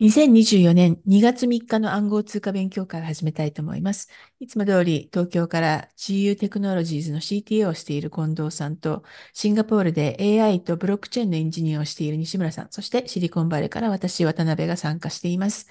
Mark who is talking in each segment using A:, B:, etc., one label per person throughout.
A: 2024年2月3日の暗号通貨勉強会を始めたいと思います。いつも通り東京から GU テクノロジーズの CTO をしている近藤さんと、シンガポールで AI とブロックチェーンのエンジニアをしている西村さん、そしてシリコンバレーから私、渡辺が参加しています。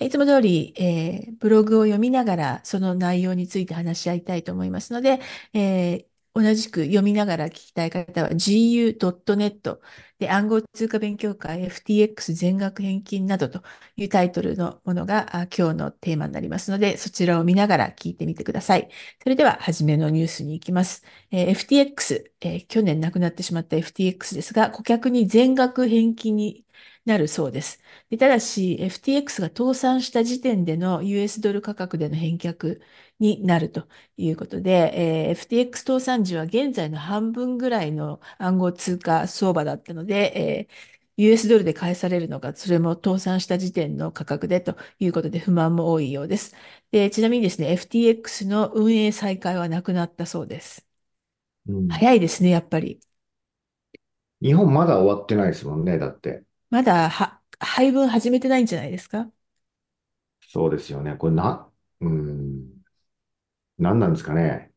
A: いつも通り、えーブログを読みながら、その内容について話し合いたいと思いますので、えー同じく読みながら聞きたい方は gu.net で暗号通貨勉強会 FTX 全額返金などというタイトルのものがあ今日のテーマになりますので、そちらを見ながら聞いてみてください。それでは初めのニュースに行きます。えー FTX、えー去年亡くなってしまった FTX ですが、顧客に全額返金になるそうです。でただし、FTX が倒産した時点での US ドル価格での返却になるということで、えー FTX 倒産時は現在の半分ぐらいの暗号通貨相場だったので、えー US ドルで返されるのか、それも倒産した時点の価格でということで不満も多いようです。で、ちなみにですね、FTX の運営再開はなくなったそうです。
B: うん
A: 早いですね、やっぱり。
B: 日本まだ終わってないですもんね、だって。
A: まだは配分始めてないんじゃないですか
B: そうですよね。これな、うん、何なんですかね。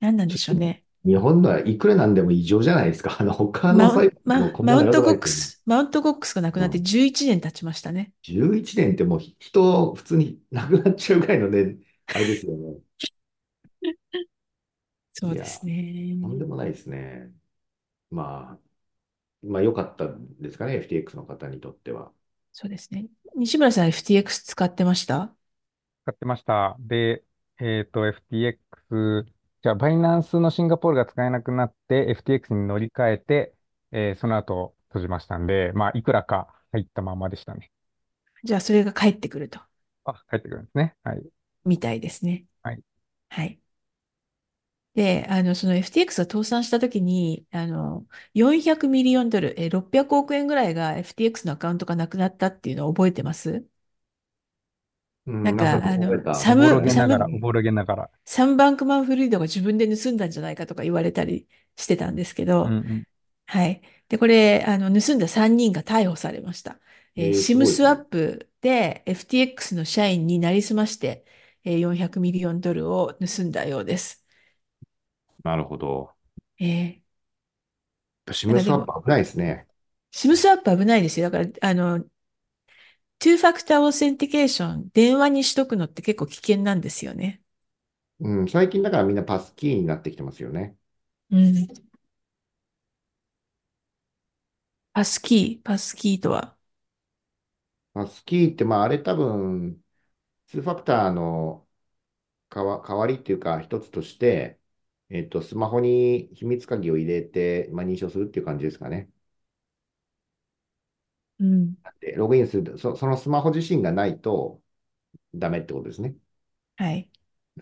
A: 何なんで
B: ち
A: しょ
B: ょ
A: う
B: っと
A: ね。
B: 日本のはいくらなんでも異常じゃないですか。あの、他の
A: マウ
B: 裁
A: ン、
B: 判でも
A: マ、
B: こん
A: マ
B: な
A: ウン
B: 長
A: ト
B: くな
A: コ
B: い
A: ッ
B: で
A: ク
B: すよね。
A: ス、マウントコックスが亡く
B: う
A: なって
B: ん。
A: 11年経ちましたね。
B: 11年ってもう人、普通に亡くなっちゃうぐらいのね、あれですよね。
A: そ
B: いう
A: で
B: や、
A: すね。
B: とんでもないですね。まあ、まあ良かったですかね、FTX の方にとっては。
A: そうですね。西村さん FTX 使ってました
C: 使ってました。で、えっと、FTX、じゃあ、バイナンスのシンガポールが使えなくなって、FTX に乗り換えて、えーその後閉じましたんで、まあ、いくらか入ったままでしたね。
A: じゃあそれが返ってくると、
C: あ、帰ってくるんですね。はい。
A: みたいですね。
C: はい。
A: はい。で、あの、その FTX が倒産したときに、あの、400ミリオンドル、えー、600億円ぐらいが FTX のアカウントがなくなったっていうのを覚えてます
B: う、
A: なんん
B: なんか
A: か、あ
B: 覚え
A: の、
B: た、
A: サ
C: おぼ
B: 覚え
C: ろ
A: ム、
C: げ
B: た。
A: サ
C: なが
A: ム、
C: ら、おぼろげながら。
A: サムバンクマンフリードが自分で盗んだんじゃないかとか言われたりしてたんですけ
C: う
A: ど、
C: ん
A: はい。で、これ、あの、盗んだ3人が逮捕されました。えー
B: えー、
A: シ
B: す
A: ム
B: ごいで
A: ス
B: す
A: ワ
B: ね。
A: ップで FTX の社員になりすまして、えー400ミリオンドルを盗んだようです。
B: なるほど。
A: えー
B: シ
A: た
B: ム
A: だ
B: ス
A: で
B: ワップ
A: も、
B: 危ないですね。
A: シムスワップ危ないですよ。だから、あの、トゥーファクターオーセンティケーション、電話にしとくのって結構危険なんですよね。
B: うん、最近だからみんなパスキーになってきてますよね。
A: うん。パスキー、パスキーとは。
B: パスキーって、まあ、あれ多分、2ファクターの代わ、代わりっていうか、一つとして、えっと、スマホに秘密鍵を入れて、まあ、認証するっていう感じですかね。
A: うん。
B: で、ログインすると、そ、そのスマホ自身がないとダメってことですね。
A: はい。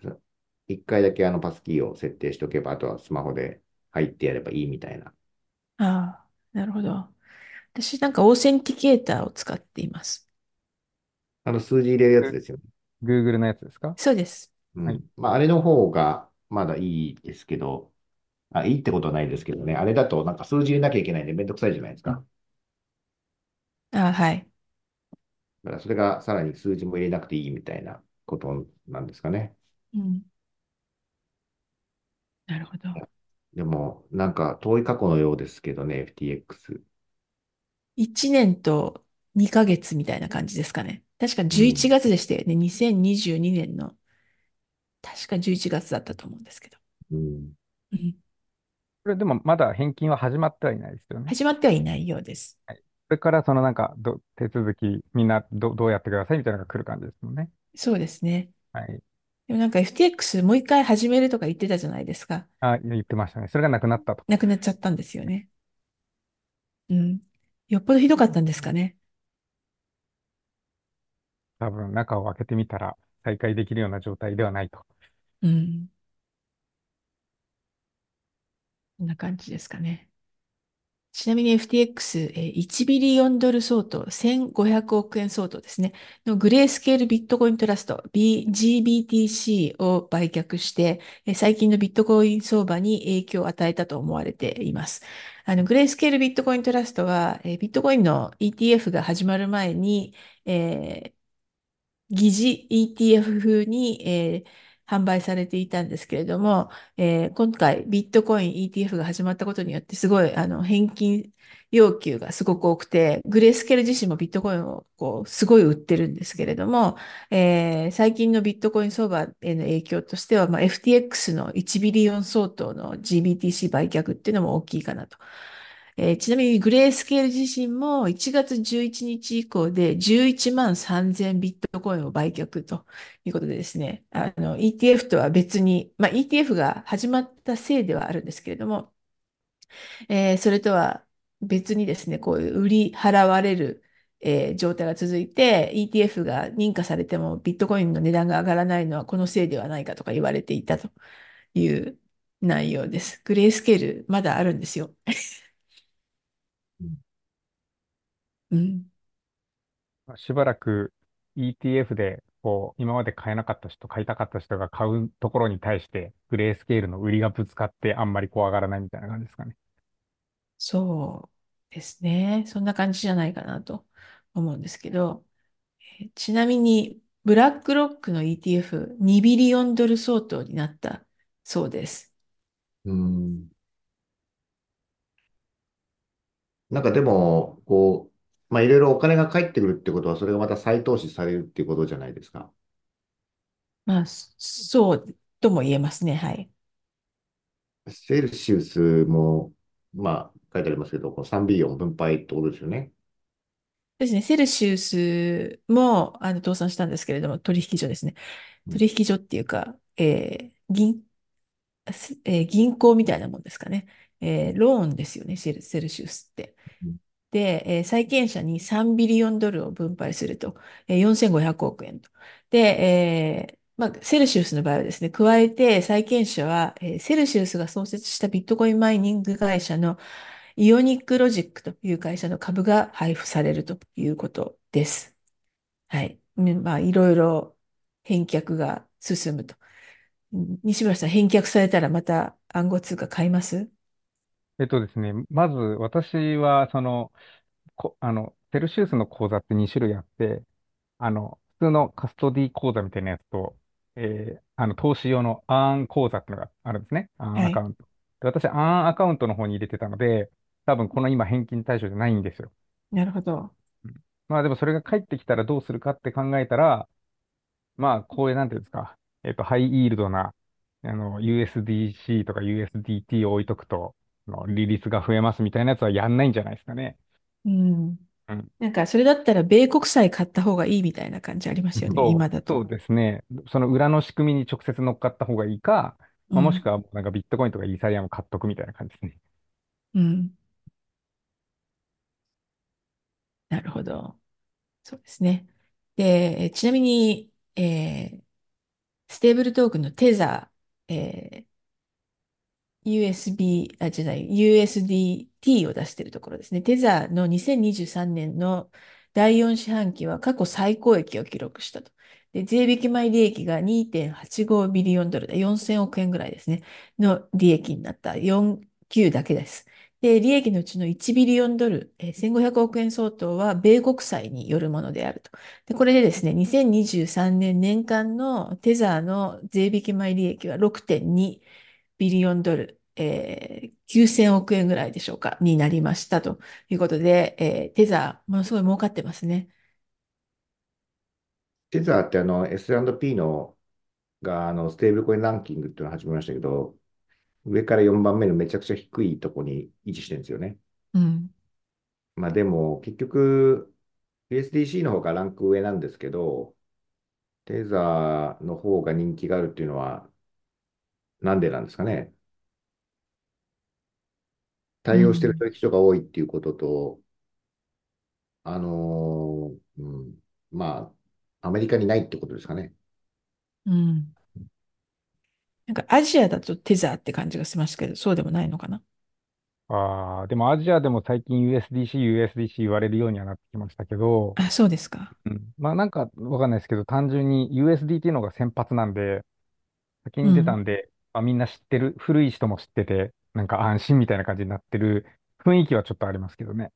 B: そ一回だけあのパスキーを設定しておけば、あとはスマホで入ってやればいいみたいな。
A: ああ、なるほど。私なんかオーセンティケーターを使っています。
B: あの数字入れるや
C: う
B: つ
C: ん。
B: ですよね。
C: グ Google のやつですか
A: そうです。
B: う
C: はい。
B: ん。まあ、あれの方がまだいいですけど、あ、いいってことはないですけどね。あれだとなんか数字入れなきゃいけないんでめんどくさいじゃないですか。
A: ああ、はい。
B: だからそれがさらに数字も入れなくていいみたいなことなんですかね。
A: うん。なるほど。
B: でも、なんか遠い過去のようですけどね、FTX。
A: 1年と2ヶ月みたいな感じですかね。確か
B: う
A: 11
B: ん。
A: 月でしたよね。2022年の、確か11月だったと思うんですけど。
B: うん。
A: うん。
C: これでもまだ返金は始まってはいないですよね。
A: 始まってはいないようです。
C: はい。それからそのなんか、ど、手続き、みんなど、どうやってくださいみたいなのが来る感じですもんね。
A: そうですね。
C: はい。
A: でもなんか FTX もう一回始めるとか言ってたじゃないですか。
C: あ、言ってましたね。それがなくなったと。
A: なくなっちゃったんですよね。うん。よっぽどひどかったんですかね。
C: 多分中を開けてみたら再開できるような状態ではないと。
A: うん。こんな感じですかね。ちなみに FTX、えー1ビリオンドル相当、1500億円相当ですね、のグレースケールビットコイントラスト、B- GBTC を売却して、えー最近のビットコイン相場に影響を与えたと思われています。あの、グレースケールビットコイントラストは、えービットコインの ETF が始まる前に、えー疑似 ETF 風に、えー販売されていたんですけれども、えー今回ビットコイン ETF が始まったことによってすごいあの返金要求がすごく多くて、グレースケール自身もビットコインをこうすごい売ってるんですけれども、えー最近のビットコイン相場への影響としては、まあ、FTX の1ビリオン相当の GBTC 売却っていうのも大きいかなと。えーちなみにグレースケール自身も1月11日以降で11万3000ビットコインを売却ということでですね、あの ETF とは別に、まあ、ETF が始まったせいではあるんですけれども、えーそれとは別にですね、こういう売り払われる、えー状態が続いて、ETF が認可されてもビットコインの値段が上がらないのはこのせいではないかとか言われていたという内容です。グレースケールまだあるんですよ。
B: うん
A: うん。
C: まあしばらく ETF で、こう、今まで買えなかった人、買いたかった人が買うところに対して、グレースケールの売りがぶつかって、あんまりこう上がらないみたいな感じですかね。
A: そうですね。そんな感じじゃないかなと思うんですけど、えーちなみに、ブラックロックの ETF2 ビリオンドル相当になったそうです。
B: うん。なんかでも、こう、まあ、いろいろお金が返ってくるってことは、それがまた再投資されるっていうことじゃないですか。
A: まあ、そそうとも言えますね。はい。
B: セルシウスも、まあ、書いてありますけど、この 3B4 分配ってことですよね。
A: ですね。セルシウスも、あの、倒産したんですけれども、取引所ですね。
B: うん
A: 取引所っていうか、えー銀、すえー銀行みたいなもんですかね。えーローンですよね、セル、セルシウスって。
B: うん
A: で、えー債権者に3ビリオンドルを分配すると、えー4500億円と。で、えーまあ、セルシウスの場合はですね、加えて債権者は、えーセルシウスが創設したビットコインマイニング会社のイオニックロジックという会社の株が配布されるということです。はい。ねまあ、いろいろ返却が進むと。うん西村さん、返却されたらまた暗号通貨買います
C: えっとですね、まず私は、その、こ、あの、セルシウスの口座って2種類あって、あの、普通のカストディ口座みたいなやつと、えーあの、投資用のアーン口座っていうのがあるんですね。アーン
A: は
C: アカ
A: い。
C: ウント。で、私、アーンアカウントの方に入れてたので、多分この今返金対象じゃないんですよ。
A: なるほど。
C: うんまあでもそれが返ってきたらどうするかって考えたら、まあ、こういう、なんていうんですか、えっと、ハイイールドな、あの、USDC とか USDT を置いとくと、あの利率が増えますみたいなやつはやんないんじゃないですかね。
A: うん。
C: うん
A: なんか、それだったら、米国債買った方がいいみたいな感じありますよね、
C: そう、
A: 今だ
C: そう
A: と。
C: ですね。その裏の仕組みに直接乗っかった方がいいか、
A: う
C: まあ、もし
A: ん。
C: くは、なんかビットコインとかイーサリアム買っとくみたいな感じですね。
A: うん。なるほど。そうですね。で、えちなみに、えーステーブルトークンのテザー、えー USB、あ、じゃない、USDT を出しているところですね。テザーの2023年の第4四半期は過去最高益を記録したと。で、税引き前利益が2.85ビリオンドルで4000億円ぐらいですね、の利益になった49だけです。で、利益のうちの1ビリオンドル、えー1500億円相当は米国債によるものであると。で、これでですね、2023年年間のテザーの税引き前利益は6.2ビリオンドル、えー、9000億円ぐらいでしょうか、になりましたということで、えーテザー、ものすごい儲かってますね。
B: テザーってあの S&P のがあのステーブルコインランキングっていうのを始めましたけど、上から4番目のめちゃくちゃ低いとこに位置してるんですよね。
A: うん。
B: まあでも結局 USDC の方がランク上なんですけど、テザーの方が人気があるっていうのはなんでなんですかね。
A: う
B: 対応してる
A: ん。
B: 取引所が多いっていうことと、あのーうん、まあ、アメリカにないってことですかね。
A: うんなんかアジアだとテザーって感じがしますけど、そうでもないのかな。
C: ああ、でもアジアでも最近 USDC、USDC 言われるようにはなってきましたけど、
A: あ、そうですか。
C: うんまあなんかわかんないですけど、単純に USD っていうのが先発なんで、先
A: う
C: に出た
A: ん。
C: んで、あ、みんな知ってる、古い人も知ってて、なんか安心みたいな感じになってる雰囲気はちょっとありますけどね。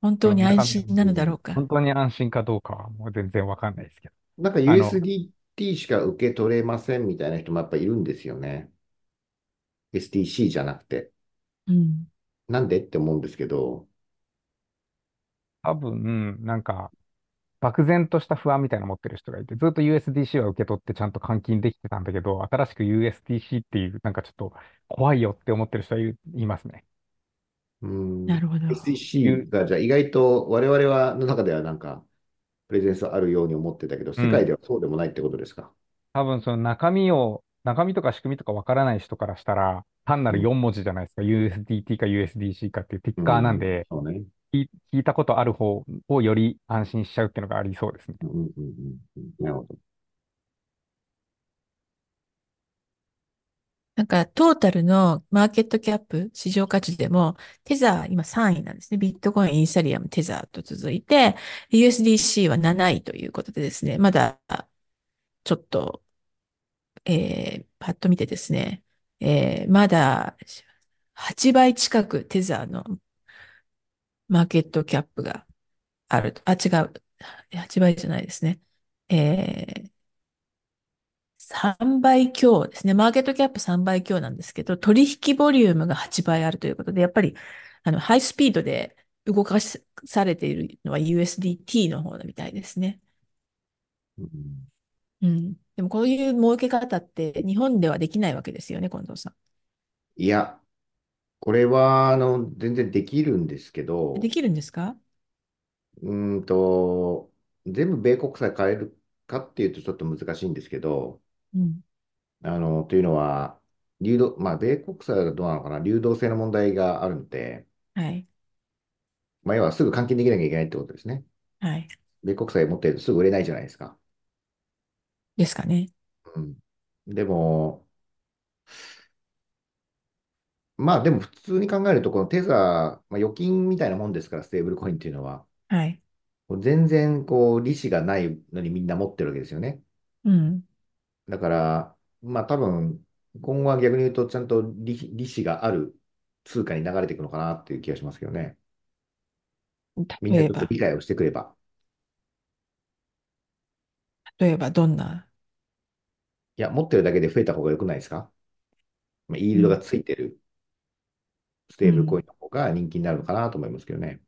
A: 本
C: あ
A: 当
C: の
A: に安
C: 中身
A: 心
C: は
A: なの
C: 全
A: だろう
C: 然、
A: か。
C: 本当に安心かどうかはもう全然わかんないですけど。
B: なんか
C: あの、
B: USDT しか受け取れませんみたいな人もやっぱいるんですよね。STC じゃなくて。
A: うん。
B: なんでって思うんですけど、
C: 多分、なんか、漠然とした不安みたいなの持ってる人がいて、ずっと USDC は受け取ってちゃんと換金できてたんだけど、新しく USDC っていう、なんかちょっと怖いよって思ってる人はいる、いますね。
B: う、
A: なんるほど。
B: SEC
C: ゆ
B: がじゃあ意外と我々はの中ではなんかプレゼンスあるように思ってたけど、
C: う
B: 世界で
C: ん。
B: はそうでもないってことですか。
C: 多分その中身を、中身とか仕組みとかわからない人からしたら、単な
B: う
C: る
B: ん、
C: 4文字じゃないですか。USDT か USDC かっていうティッ
B: う
C: カーなん
B: ん、
C: で、
B: そうね。
C: 聞聞いたことある方をより安心しちゃうっていうのがありそうですね。
B: うん、うん、うんうんなるほど。
A: なんか、トータルのマーケットキャップ、市場価値でも、テザー、今3位なんですね。ビットコイン、インサリアム、テザーと続いて、USDC は7位ということでですね、まだ、ちょっと、えー、パッと見てですね、えー、まだ、8倍近くテザーのマーケットキャップがあると。あ、違う。8倍じゃないですね。えー、3倍強ですね。マーケットキャップ3倍強なんですけど、取引ボリュームが8倍あるということで、やっぱり、あの、ハイスピードで動かしされているのは USDT の方みたいですね。
B: うん
A: うん。でもこういう儲け方って日本ではできないわけですよね、近藤さ
B: いや、これはあの全然できるんですけ
A: ん。で
B: ど、
A: きるんですか
B: うーんと、全部米国債買えるかっていうとちょっと難しいんですけど、
A: うん。
B: あの、というのは、流動、まあ、米国債はどうなのかな、流動性の問題があるので、
A: はい。
B: まあ、要はすぐ換金できなきゃいけないってことですね。
A: はい。
B: 米国債持ってるとすぐ売れないじゃないですか。
A: ですかね。
B: うん。でも、まあ、でも普通に考えると、このテザー、まあ、預金みたいなもんですから、ステーブルコインっていうのは、
A: はい。
B: こう全然、こう、利子がないのにみんな持ってるわけですよね。
A: うん。
B: だから、まあ、多分、今後は逆に言うと、ちゃんと利、利子がある通貨に流れていくのかなっていう気がしますけどね。みんな
A: 例え
B: ちょっと
A: ば、
B: 理解をしてくれば。
A: 例えばどんな、
B: いや、持ってるだけで増えた方が良くないですかまあ、イー
A: う
B: ルドが
A: ん。
B: ついてるス
A: う
B: テーブルコイ
A: ん。
B: ンの方が人気になるのかなと思いますけどね。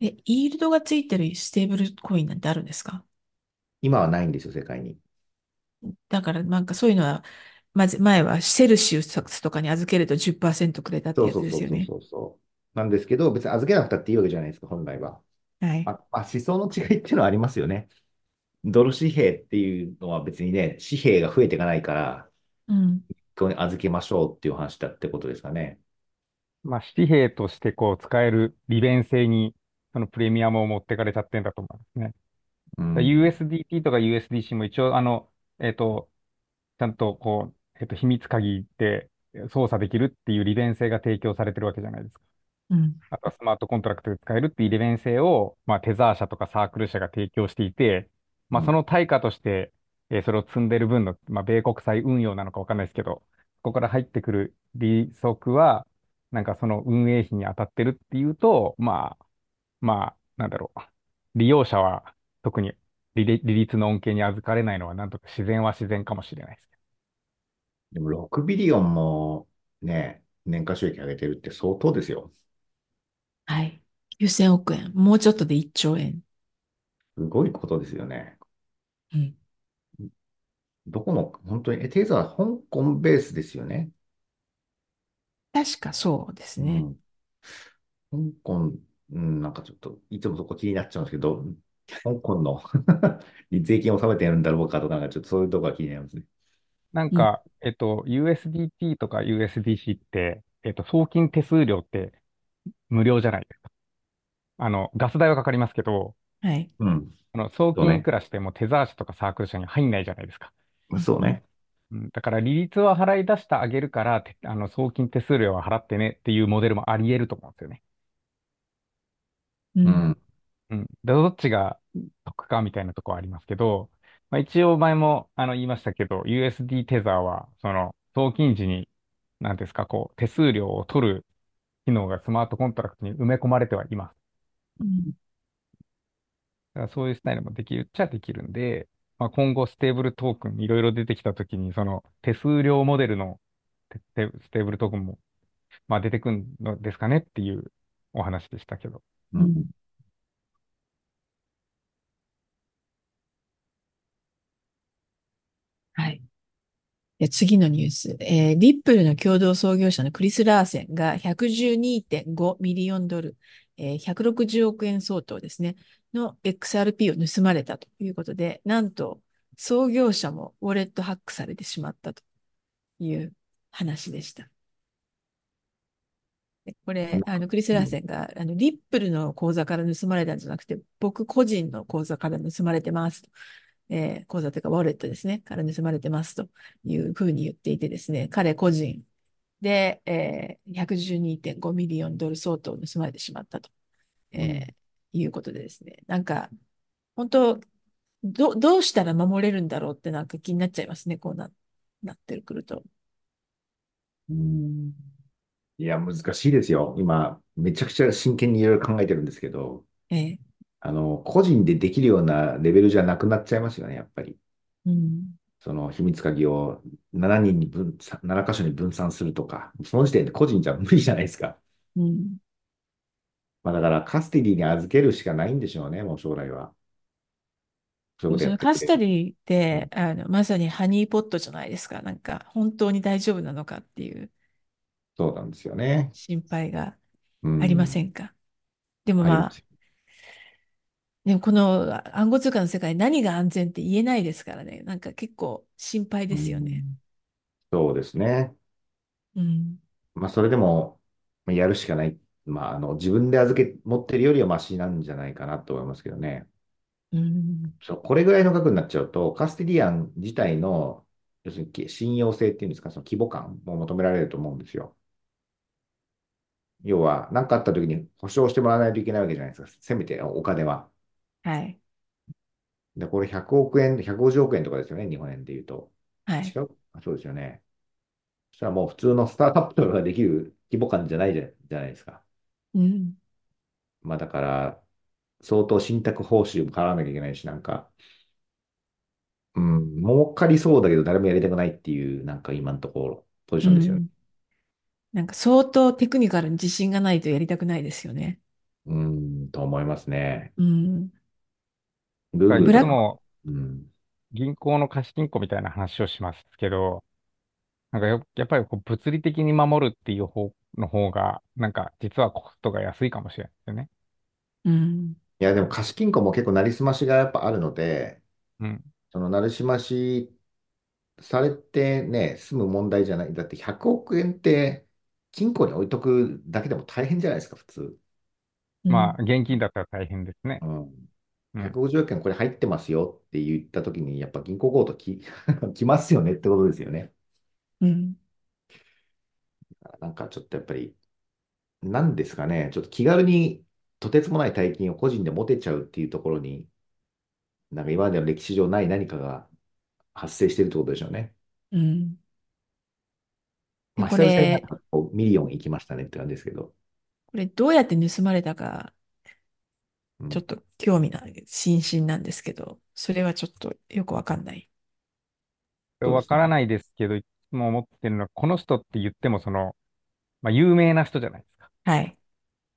A: え、イールドがついてるステーブルコインなんてあるんですか
B: 今はないんですよ、世界に。
A: だからなんかそういうのは、まず前はセルシウスとかに預けると10%くれたって
B: そう
A: や
B: そ
A: つ
B: う
A: で
B: そ
A: す
B: う
A: よ
B: そう
A: ね。
B: そうそう。なんですけど、別に預けなくたっていいわけじゃないですか、本来は。
A: はい。
B: あ、まあ、思想の違いっていうのはありますよね。ドル紙幣っていうのは別にね、紙幣が増えていかないから、
A: うん。
B: ここに預けましょうっていう話だってことですかね。
C: まあ、紙幣としてこう使える利便性に、そのプレミアムを持ってかれちゃってんだと思いますね。
B: う
C: だから
B: ん。
C: USDT とか USDC も一応、あの、えっと、ちゃんとこう、えっと、秘密鍵で操作できるっていう利便性が提供されてるわけじゃないですか。
A: うん。
C: あとはスマートコントラクトで使えるっていう利便性を、まあ、テザー社とかサークル社が提供していて、
B: う
C: まあ、そ
B: ん。
C: の対価として、えーそれを積んでる分の、まあ、米国債運用なのかわかんないですけど、ここから入ってくる利息は、なんかその運営費に当たってるっていうと、まあ、まあ、なんだろう。利用者は特に利利率の恩恵に預かれないのは、なんとか自然は自然かもしれないです。
B: でも6ビリオンもね、年間収益上げてるって相当ですよ。
A: はい。9000億円。もうちょっとで1兆円。
B: すごいことですよね。
A: うん。
B: どこの、本当に、え、テーザー、香港ベースですよね。
A: 確かそうです
B: う
A: ね。
B: ん。香港、うん、なんかちょっと、いつもそこ気になっちゃうんですけど、香港の に税金を納めてやるんだろうかとか、なんかちょっとそういうとこが気になりますね。
C: なん
A: うん。
C: か、えっと、USDT とか USDC って、えっと、送金手数料って無料じゃないですか。あの、ガス代はかかりますけど、
A: はい。
B: うん。
C: あの送
B: そう
C: 金い
B: ね。
C: くらしてもテザー社とかサークル社に入んないじゃないですか。
B: そうね。
C: うんだから利率は払い出してあげるから、てあの、送金手数料は払ってねっていうモデルもあり得ると思うんですよね。
A: う。
B: うんん。
C: うん。でどっちが得かみたいなとこはありますけど、まあ、一応前もあの言いましたけど、USD テザーは、その、送金時に、なんですか、こう、手数料を取る機能がスマートコントラクトに埋め込まれてはいます。
A: うん
C: だからそういうスタイルもできるっちゃできるんで、まあ、今後ステーブルトークンいろいろ出てきたときに、その手数料モデルのててステーブルトークンも、まあ、出てくるのですかねっていうお話でしたけど。
B: う
A: うんんはいで次のニュース、えーリップルの共同創業者のクリス・ラーセンが112.5ミリオンドル、えー160億円相当ですね、の XRP を盗まれたということで、なんと創業者もウォレットハックされてしまったという話でした。でこれ、あの、クリス・
B: う
A: ラー
B: ん
A: センが、あの、リップルの口座から盗まれたんじゃなくて、僕個人の口座から盗まれてますと。えー口座というか、ウォレットですね、から盗まれてますというふうに言っていてですね、彼個人で、えー112.5ミリオンドル相当盗まれてしまったと、
C: うん。
A: えーいうことでですね、なんか、本当ど、どうしたら守れるんだろうってなんか気になっちゃいますね、こうな、なってくると。
B: うんいや、難しいですよ。今、めちゃくちゃ真剣にいろいろ考えてるんですけど、
A: えー
B: あの、個人でできるようなレベルじゃなくなっちゃいますよね、やっぱり。
A: うん
B: その秘密鍵を7人に分散、7箇所に分散するとか、その時点で個人じゃ無理じゃないですか。
A: うん
B: まあだからカスティディに預けるしかないんでしょうね、もう将来は。そういう
A: で
B: こ
A: もそ
B: とやっ
A: の
B: て
A: カスタ
B: て。
A: リーっ
B: う
A: て、
B: ん
A: あの、まさにハニーポットじゃないですか。なんか、本当に大丈夫なのかっていう
B: そうなんですよね。
A: 心配が
B: う
A: ありま
B: ん。
A: せんか。でも
B: ありま
A: まあ、
B: すよ。
A: でもこの暗号通貨の世界何が安全って言えないですからね。なんか結構心配
B: う
A: ですよね。
B: んそうですね。
A: うん。
B: まあそれでも、まあやるしかない。まああの、自分で預け、持ってるよりはマシなんじゃないかなと思いますけどね。
A: うん。
B: そう、これぐらいの額になっちゃうと、カスティディアン自体の、要するにき信用性っていうんですか、その規模感も求められると思うんですよ。要は、何かあった時に保証してもらわないといけないわけじゃないですか。せめてお金は。
A: はい。
B: で、これ100億円、150億円とかですよね、日本円で言うと。
A: はい。
B: 違うあそうですよね。そしたらもう普通のスタートアップとかができる規模感じゃないじゃ、じゃないですか。
A: うん。
B: まあだから、相当信託報酬も払わなきゃいけないし、なんか、うん、儲かりそうだけど誰もやりたくないっていう、なんか今のところ、ポ
A: う
B: ジションですよね。
A: ん。なんか相当テクニカルに自信がないとやりたくないですよね。
B: うん、と思いますね。
A: うん。
C: だからい
B: Google
A: 裏、
C: つ
B: とか、
C: も
B: うん、
C: 銀行の貸金庫みたいな話をしますけど、なんかよやっぱりこう物理的に守るっていう方の方が、なんか実はコストが安いかもしれないですよね。
A: うん。
B: いや、でも貸金庫も結構なりすましがやっぱあるので、
C: うん。
B: そのなりすましされてね、済む問題じゃない。だって100億円って金庫に置いとくだけでも大変じゃないですか、普通。
A: う
C: ま
A: ん。
C: あ、現金だったら大変ですね。
B: うん。
C: うん。
B: 150億円これ入ってますよって言ったときに、やっぱ銀行強盗き、 来ますよねってことですよね。
A: うん。
B: なんかちょっとやっぱり、なんですかね、ちょっと気軽にとてつもない大金を個人で持てちゃうっていうところに、なんか今までの歴史上ない何かが発生してるってことでしょうね。
A: うんで、
B: まあ
A: こ
B: 久々になん
A: れ、
B: かこうミリオン行きましたねって感じですけど。
A: これどうやって盗まれたか、
B: う
A: ちょっ
B: ん
A: と興味ない、心身なんですけど、それはちょっとよくわかんない。
B: そうで
C: わ
B: す
C: から
B: ね。
C: ないですけど、いつも思ってるのは、この人って言っても、その、まあ、有名な人じゃないですか。
A: はい。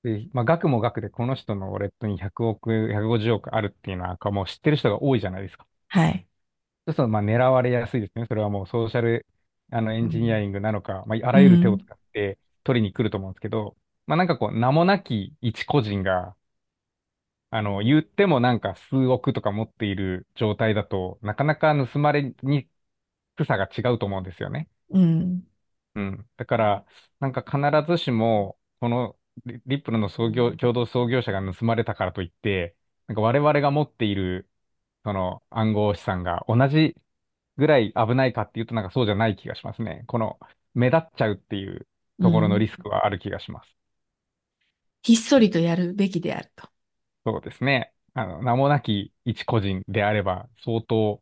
C: で、まあ、額も額で、この人のウォレットに100億、150億あるっていうのは、もう知ってる人が多いじゃないですか。
A: はい。
C: そうすると、まあ、狙われやすいですね。それはもうソーシャル、あの、エ
B: う
C: ンジニア
B: ん。
C: リングなのか、まあ、あ
A: う
C: らゆる手を
A: ん。
C: 使って取りに来ると思うんですけど、まあ、なんかこう、名もなき一個人が、あの、言ってもなんか数億とか持っている状態だと、なかなか盗まれにくさが違うと思うんですよね。
A: うん。
C: うん。だから、なんか必ずしも、このリリップルの創業、共同創業者が盗まれたからといって、なんか我々が持っている、その暗号資産が同じぐらい危ないかっていうとなんかそうじゃない気がしますね。この目立っちゃうっていう
A: う
C: ところの
A: ん。
C: リスクはある気がします。
A: ひっそりとやるべきであると。
C: そうですね。あの、名もなき一個人であれば相当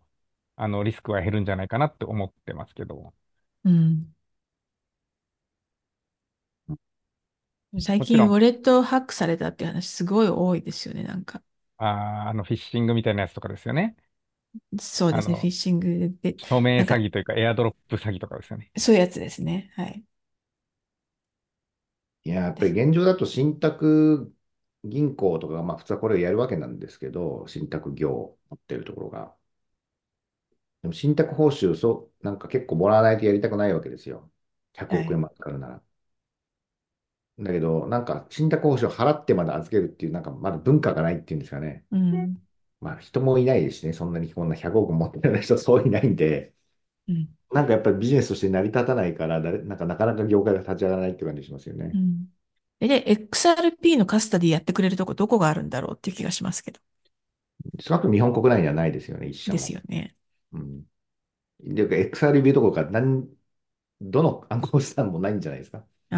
C: あのリスクは減るんじゃないかなって思ってますけど。
A: うん。最
C: もち
A: 近
C: ろ
A: ウ
C: ん、
A: ォレットをハックされたっていう話すごい多いですよね、なんか。
C: あー、あのフィッシングみたいなやつとかですよね。
A: そうで
C: あ
A: すね、フィッ
C: の、
A: シングで、
C: 署名
A: なん
C: 詐
A: か、
C: 欺というかエアドロップ詐欺とかですよね。
A: そういうやつですね。はい。
B: いや、やっぱ
A: で
B: り現状だと信託銀行とかが、まあ普通はこれをやるわけなんですけど、信託業を持ってるところが。でも信託報酬、そう、なんか結構もらわないとやりたくないわけですよ。100
A: は
B: 億円
A: い。
B: も預かるなら。だけど、なんか信託報酬を払ってまで預けるっていう、なんかまだ文化がないっていうんですかね。
A: うん。
B: まあ人もいないですしね、そんなにこんな100億持ってない人そういないんで、
A: うん。
B: なんかやっぱりビジネスとして成り立たないから、誰なんかなかなか業界が立ち上がらないって感じしますよ
A: う
B: ね。
A: ん。えで、XRP のカスタディやってくれるとこどこがあるんだろうっていう気がしますけど。
B: 少なくとも日本国内にはないですよね、一社
A: です
B: も。
A: よね。
B: うん。で、XRB どころか、なん、どの暗号資産もないんじゃないですか。
A: あー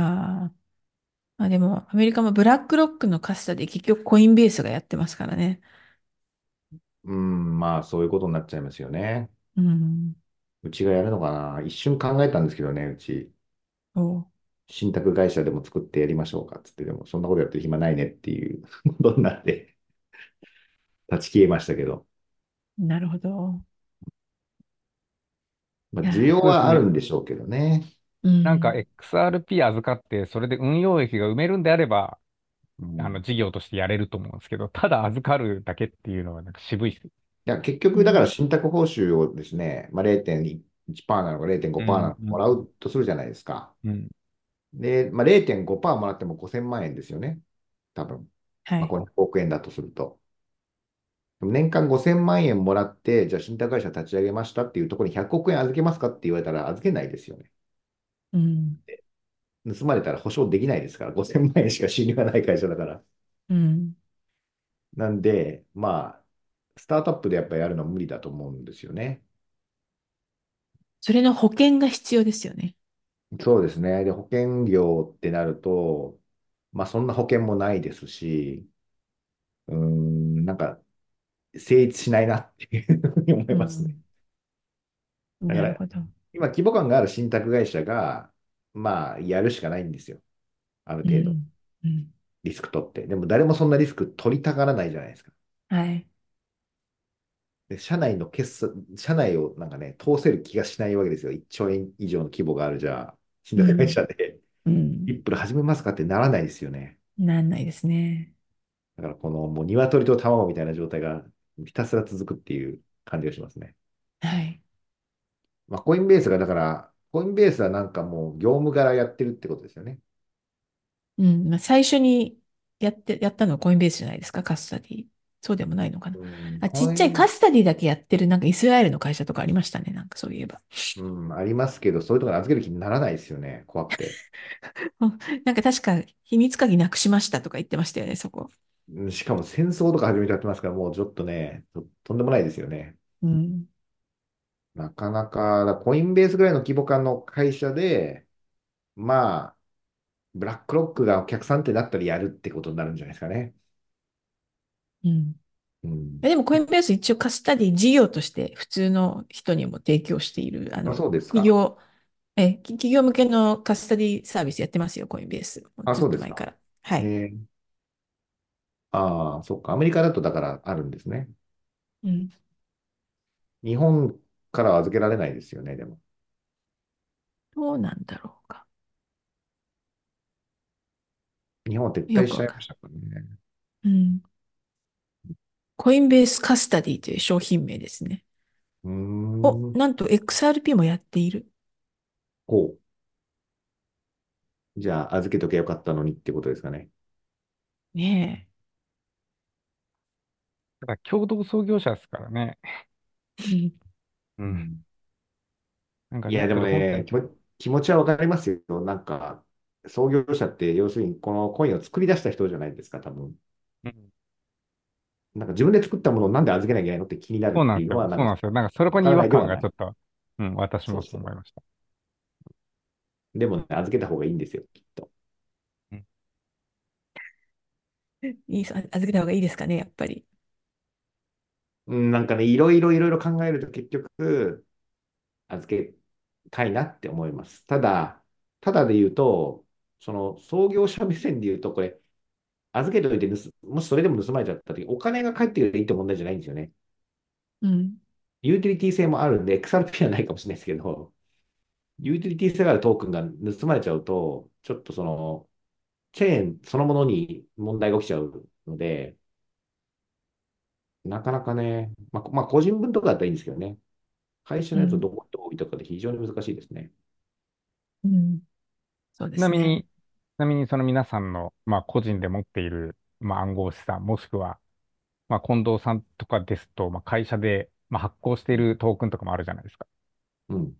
A: まあ。でも、アメリカもブラックロックのカスタディ結局コインベースがやってますからね。
B: うん、まあ、そういうことになっちゃいますよね。
A: うん。
B: うちがやるのかな。一瞬考えたんですけどね、うち、
A: そう
B: 信託会社でも作ってやりましょうかっつって、でも、そんなことやってる暇ないねっていう ことになって、断ち切れましたけど。
A: なるほど。
B: まあ、
A: いや
B: 需要
C: そうです
B: はある
C: ね。
B: んでしょうけどね。
A: ー、う
C: なんか
A: ん。
C: XRP 預かって、それで運用益が埋めるんであれば、
B: う
C: あの
B: ん。
C: 事業としてやれると思うんですけど、ただ預かるだけっていうのはなんか渋いです。
B: いや、結
A: う
B: 局、だから
A: ん。
B: 信託報酬をですね、まあ、0.1%なのか
C: う
B: 0.5%なの
C: ん、
B: か
C: う
B: も
C: ん、
B: らうとするじゃないですか。
C: うん。
B: で、まあ、0.5%もらっても5000万円ですよね。多分。
A: は
B: まあ、
A: い。
B: これ100億円だとすると。でも年間5000万円もらって、じゃあ信託会社立ち上げましたっていうところに100億円預けますかって言われたら預けないですよね。
A: うん。
B: 盗まれたら保証できないですから、5000万円しか収入がない会社だから。
A: うん。
B: なんで、まあ、スタートアップでやっぱりやるのは無理だと思うんですよね。
A: それの保険が必要ですよね。
B: そうですね。で、保険料ってなると、まあそんな保険もないですし、うーん、なんか成立しないなっていうふうに思
A: う
B: いますね。
A: ん。
B: だか
A: なる
B: ら、
A: ほど。
B: 今、規模感がある信託会社が、まあ、やるしかないんですよ。ある
A: う
B: 程度。
A: ん。うん。
B: リスク取って。でも、誰もそんなリスク取りたがらないじゃないですか。
A: はい。
B: で、社内の決算、社内をなんかね、通せる気がしないわけですよ。1兆円以上の規模がある、じゃあ、信
A: う
B: 託会社
A: ん。
B: で、
A: うん。
B: リップル始めますかってならないですよね。
A: なんないですね。
B: だから、この、もう、鶏と卵みたいな状態がひたすら続くっていう感じがしますね。
A: はい。
B: まあ、コインベースが、だから、コインベースはなんかもう、業務柄やってるってことですよね。
A: うん。まあ、最初にやって、やったのはコインベースじゃないですか、カスタディ。そうでもないのかな。
B: うん、
A: あ、ち
B: コ
A: っ
B: イ
A: ちゃいカ
B: ン、
A: スタディだけやってる、なんかイスラエルの会社とかありましたね、なんかそういえば。
B: うん、ありますけど、そういうところに預ける気にならないですよね、怖くて。
A: うんなんか確か秘密鍵なくしましたとか言ってましたよね、そこ。
B: うんしかも戦争とか始めちゃってますから、もうちょっとね、と、とんでもないですよね。
A: うん。
B: なかなか、だコインベースぐらいの規模感の会社で、まあ、ブラックロックがお客さんってなったらやるってことになるんじゃないですかね。
A: うん。
B: うん。
A: えでもコインベース一応カスタディ事業として普通の人にも提供している、あ
B: あ、
A: の、
B: そうです
A: 企
B: か。
A: 業、え、き企業向けのカスタディサービスやってますよ、コインベース。もう
B: あ、
A: ずっ
B: そうで
A: と
B: す
A: 前
B: か。
A: から。は
B: え
A: い。
B: ー、ああ、そっか。アメリカだとだからあるんですね。
A: うん。
B: 日本からは預けられないですよね、でも。
A: どうなんだろうか。
B: 日本は撤
A: よ
B: 退
A: く
B: しち
A: わ
B: ゃい
A: か
B: ま
A: ん
B: したからね。
A: うん。コインベースカスタディという商品名ですね。
B: うー
A: お、
B: ん、
A: なんと XRP もやっている。
B: こう。じゃあ、預けとけばよかったのにってことですかね。
A: ね
C: ただ共同創業者ですからね。
A: え。うん
C: う。
B: うんん
C: なんか
B: い
C: リッ
B: や、で
C: プ
B: も
C: ル本
B: ね、
C: 体
B: 気持、気持ちはわかりますよ。なんか、創業者って、要するに、このコインを作り出した人じゃないですか、多分。
C: うん
B: なんか自分で作ったものをなんで預けなきゃいけないのって気にな
C: そう
B: るっ
C: なん
B: て
C: で
B: いうの
C: すよ。
B: は、なんか、
C: そうなんですよ。なんかそこ
B: わ
C: に
B: からない
C: 違和
B: では
C: 感が
B: な
C: ちょ
B: い。
C: っと、うん、私
B: そう
C: もそう
B: そ。
C: 思いうました。
B: でもね、預けた方がいいんですよ、きっと。
C: うん
A: いいさ、預けた方がいいですかね、やっぱり。
B: うん、なんかね、いろいろいろいろ考えると結局、預けたいなって思います。ただ、ただで言うと、その創業者目線で言うと、これ、預けといて盗、もしそれでも盗まれちゃった時、お金が返ってくるといいって問題じゃないんですよね。
A: うん。
B: ユーティリティ性もあるんで、XRP はないかもしれないですけど、ユーティリティ性があるトークンが盗まれちゃうと、ちょっとその、チェーンそのものに問題が起きちゃうので、なかなかね、まあ、こまあ、個人分とかだったらいいんですけどね、会社
A: う
B: のやつを
A: ん。
B: どこに置いとくかって非常に難しいですね。
A: うん。そうで
C: ちな
A: す
C: み
A: ね。
C: に、ちなみにその皆さんの、まあ、個人で持っている、まあ、暗号資産、もしくは、まあ、近藤さんとかですと、まあ、会社で、まあ、発行しているトークンとかもあるじゃないですか。
B: うん。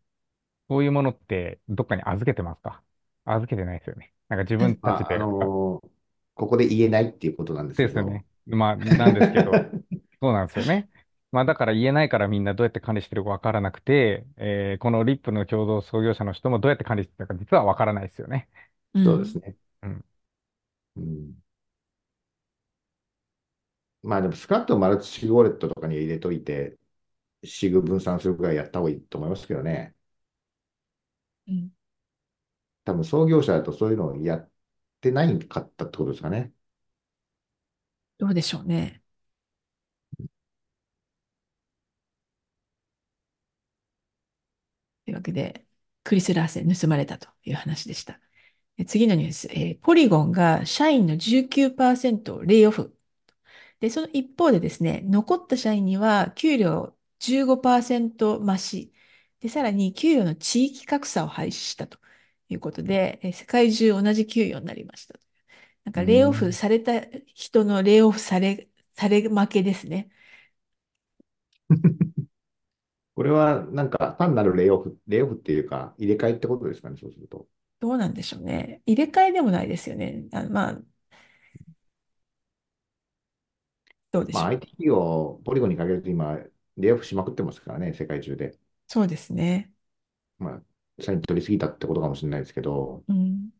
C: そういうものって、どっかに預けてますか預けてないですよね。なんか自
A: あ
C: 分
B: ま
C: たち
B: あ、あ
C: で、あ
B: のーここで言えないっていうことなんです
C: で
B: け
C: すよ
B: ど、
C: ね。まあ、なんですけど、 そうなんですよね。まあ、だから言えないからみんなどうやって管理してるかわからなくて、えーこのリップの共同創業者の人もどうやって管理してるか実はわからないですよね。
A: う
B: そうです
A: ん。
B: ね。
C: うん
B: うん。まあでも、スカッとマルチシグウォレットとかに入れといて、シグ分散するぐらいやった方がいいと思いますけどね。
A: うん。
B: 多分創業者だとそういうのをやってないかったってことですかね。
A: どうでしょうね。というわけで、クリス・ラーセン盗まれたという話でした。え次のニュース、えーポリゴンが社員の19%をレイオフ。で、その一方でですね、残った社員には給料15%増し。で、さらに給与の地域格差を廃止したということで、えー世界中同じ給与になりました。なん
B: う
A: か、レイオフ
B: ん。
A: された人のレイオフされ、され負けですね。
B: これはなんか単なるレイオフ、レイオフっていうか入れ替えってことですかね、そうすると。
A: どうなんでしょうね。入れ替えでもないですよね。あ、まあ、どうで
B: ま
A: しょ
B: あ
A: う
B: IT
A: ね。
B: 企業、ポリゴンにかけると今、レイオフしまくってますからね、世界中で。
A: そうですね。
B: まあ、社員取りすぎたってことかもしれないですけど、
A: うん。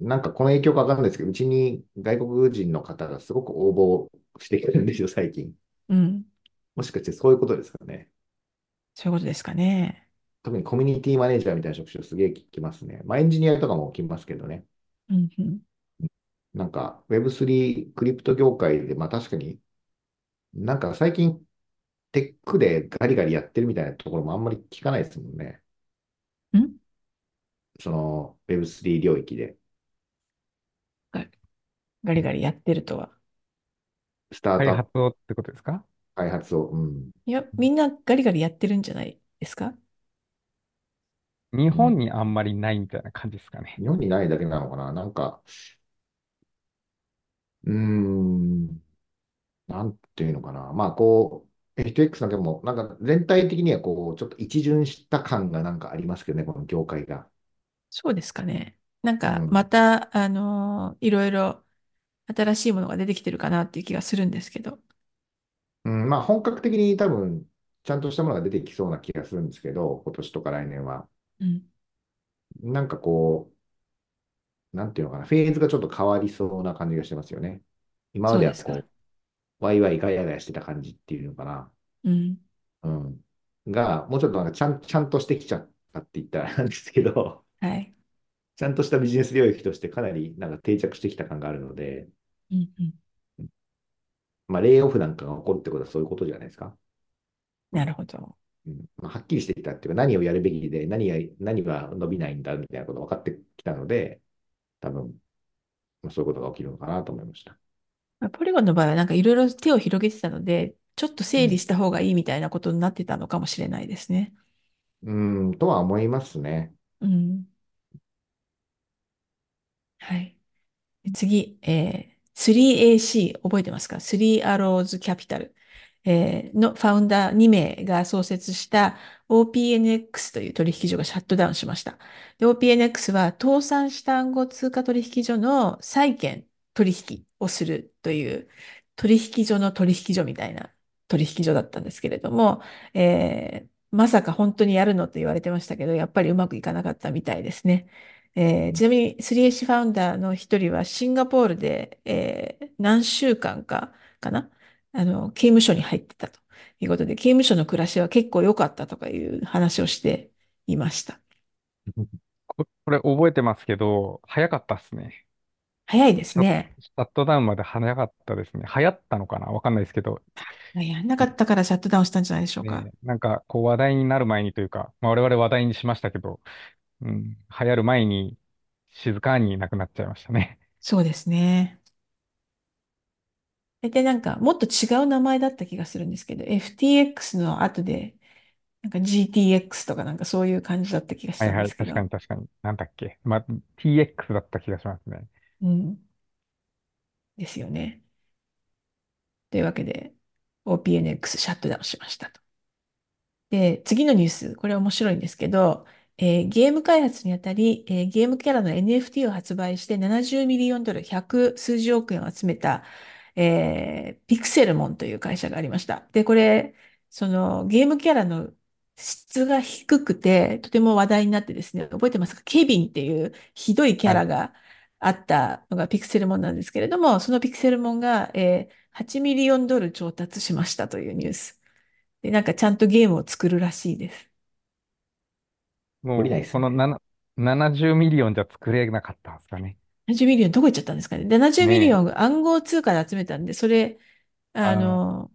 B: なんかこの影響かわかんないですけど、うちに外国人の方がすごく応募してくるんですよ、最近。
A: うん。
B: もしかしてそういうことですかね。
A: そういうことですかね。
B: 特にコミュニティマネージャーみたいな職種すげえ聞きますね。まあエンジニアとかも聞きますけどね。
A: うんうん。
B: なんか Web3 クリプト業界で、まあ確かになんか最近テックでガリガリやってるみたいなところもあんまり聞かないですもんね。
A: うん
B: その Web3 領域で。
A: ガガリガリやってるとは。
B: スター
C: 開
B: トアップ
C: 発をってことですか
B: 開発を。うん。
A: いや、みんなガリガリやってるんじゃないですか
C: 日
B: うん。
C: 本にあんまりないみたいな感じですかね。
B: 日本にないだけなのかな。なんか、うーん。なんていうのかな。まあ、こう、FTX なんても、なんか全体的にはこう、ちょっと一巡した感がなんかありますけどね、この業界が。
A: そうですかね。なん
B: う
A: か、ま
B: ん。
A: た、あのーいろいろ新しいものが出てきてるかなっていう気がするんですけど。
B: うん、まあ、本格的に多分、ちゃんとしたものが出てきそうな気がするんですけど、今年とか来年は。
A: うん。
B: なんかこう、なんていうのかな、フェーズがちょっと変わりそうな感じがしてますよね。今ま
A: そう
B: で
A: で
B: は
A: すか。
B: こう、ワイワイガヤガヤしてた感じっていうのかな。
A: うん。
B: うん。が、もうちょっとなんかちゃん、ちゃんとしてきちゃったって言ったらなんですけど、
A: はい。
B: ちゃんとしたビジネス領域としてかなりなんか定着してきた感があるので、
A: うんうん。
B: まあ、レイオフなんかが起こるってことはそういうことじゃないですか。
A: なるほど。
B: うんまあ、はっきりしてきたっていうか、何をやるべきで、何が、何は伸びないんだみたいなことが分かってきたので、多分、まあ、そういうことが起きるのかなと思いました。
A: まあポリゴンの場合はなんかいろいろ手を広げてたので、ちょっと
B: う
A: 整理
B: ん。
A: した方がいいみたいなことになってたのかもしれないですね。
B: うん、とは思いますね。
A: うん。はい。で次、えー 3AC 覚えてますか ?3 アローズキャピタル、えーのファウンダー2名が創設した OPNX という取引所がシャットダウンしました。で OPNX は倒産した暗号通貨取引所の債券取引をするという取引所の取引所みたいな取引所だったんですけれども、えーまさか本当にやるのと言われてましたけど、やっぱりうまくいかなかったみたいですね。えーちなみに 3H ファウンダーの一人はシンガポールで、えー何週間か、かな、あの、刑務所に入ってたということで、刑務所の暮らしは結構良かったとかいう話をしていました。
C: ここれ覚えてますけど、早かったっすね。
A: 早いです
C: シャ
A: ね。
C: シャットダウンまで早かったですね。流行ったのかなわかんないですけど。
A: まあやんなかったからシャットダウンしたんじゃないでしょうか。
C: ね、なんか、こう話題になる前にというか、まあ、我々話題にしましたけど、うん、流行る前に静かになくなっちゃいましたね。
A: そうですね。大体なんかもっと違う名前だった気がするんですけど、FTX の後で、なんか GTX とかなんか そういう感じだった気がし
C: はい
A: たん
C: は
A: で
C: い、
A: すけ
C: 確か
A: ど。
C: に確かに。なんだっけ。まあ、TX だった気がしますね。
A: うん。ですよね。というわけで、OPNX シャットダウンしましたと。で、次のニュース、これ面白いんですけど、えーゲーム開発にあたり、えーゲームキャラの NFT を発売して70ミリオンドル、100数十億円を集めた、えーピクセルモンという会社がありました。で、これ、そのゲームキャラの質が低くて、とても話題になってですね、覚えてますかケビンっていうひどいキャ
C: は
A: ラ
C: い。
A: があったのがピクセルモンなんですけれども、そのピクセルモンが、えー8ミリオンドル調達しましたというニュース。で、なんかちゃんとゲームを作るらしいです。
B: 降りないで
C: もう、
B: す
C: この
B: ね。
C: 7 70ミリオンじゃ作れなかったんですかね。
A: 70ミリオンどこ行っちゃったんですかね。で、70ミリ
C: ね
A: オ
C: え。
A: ン暗号通貨で集めたんで、それ、あ
C: ああ、
A: の、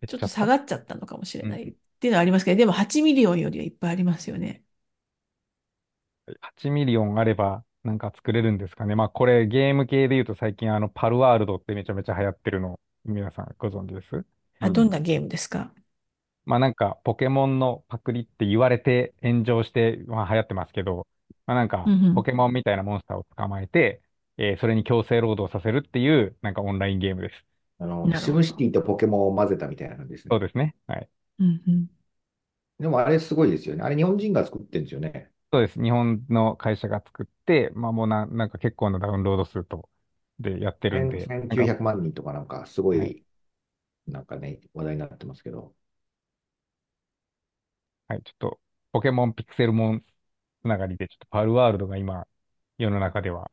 C: 減っ
A: ちょっ
C: ちゃ
A: と
C: っ
A: 下
C: た。
A: がっちゃったのかもしれ
C: う。
A: なんいっていうのはありますけど、でも8ミリオンよりはいっぱいありますよね。
C: 8ミリオンあれば、なんか作れるんですかね。まあ、これゲーム系で言うと最近、あの、パルワールドってめちゃめちゃ流行ってるの、皆さんご存知です
A: あ、どんなゲームですか
C: まあなんか、ポケモンのパクリって言われて炎上して、まあ流行ってますけど、まあなん
A: う
C: か、
A: んう
C: ポ
A: ん。
C: ケモンみたいなモンスターを捕まえて、えーそれに強制労働させるっていう、なんかオンラインゲームです。
B: あの、
A: なる
B: シ
A: ほ
B: ムシ
A: ど。
B: ティとポケモンを混ぜたみたいな感じです
C: そ
B: ね。
C: うですね。はい。
A: うんうん。
B: でもあれすごいですよね。あれ日本人が作ってるんですよね。
C: そうです。日本の会社が作って、まあもうな、なんか結構なダウンロード数と、でやってる
B: 1000
C: んで、なん
B: 1900
C: か、
B: 万人とかなんかすご
C: はい。
B: い、なんかね、話題になってますけど。
C: はい、ちょっと、ポケモンピクセルモンつながりで、ちょっとパルワールドが今、世の中では、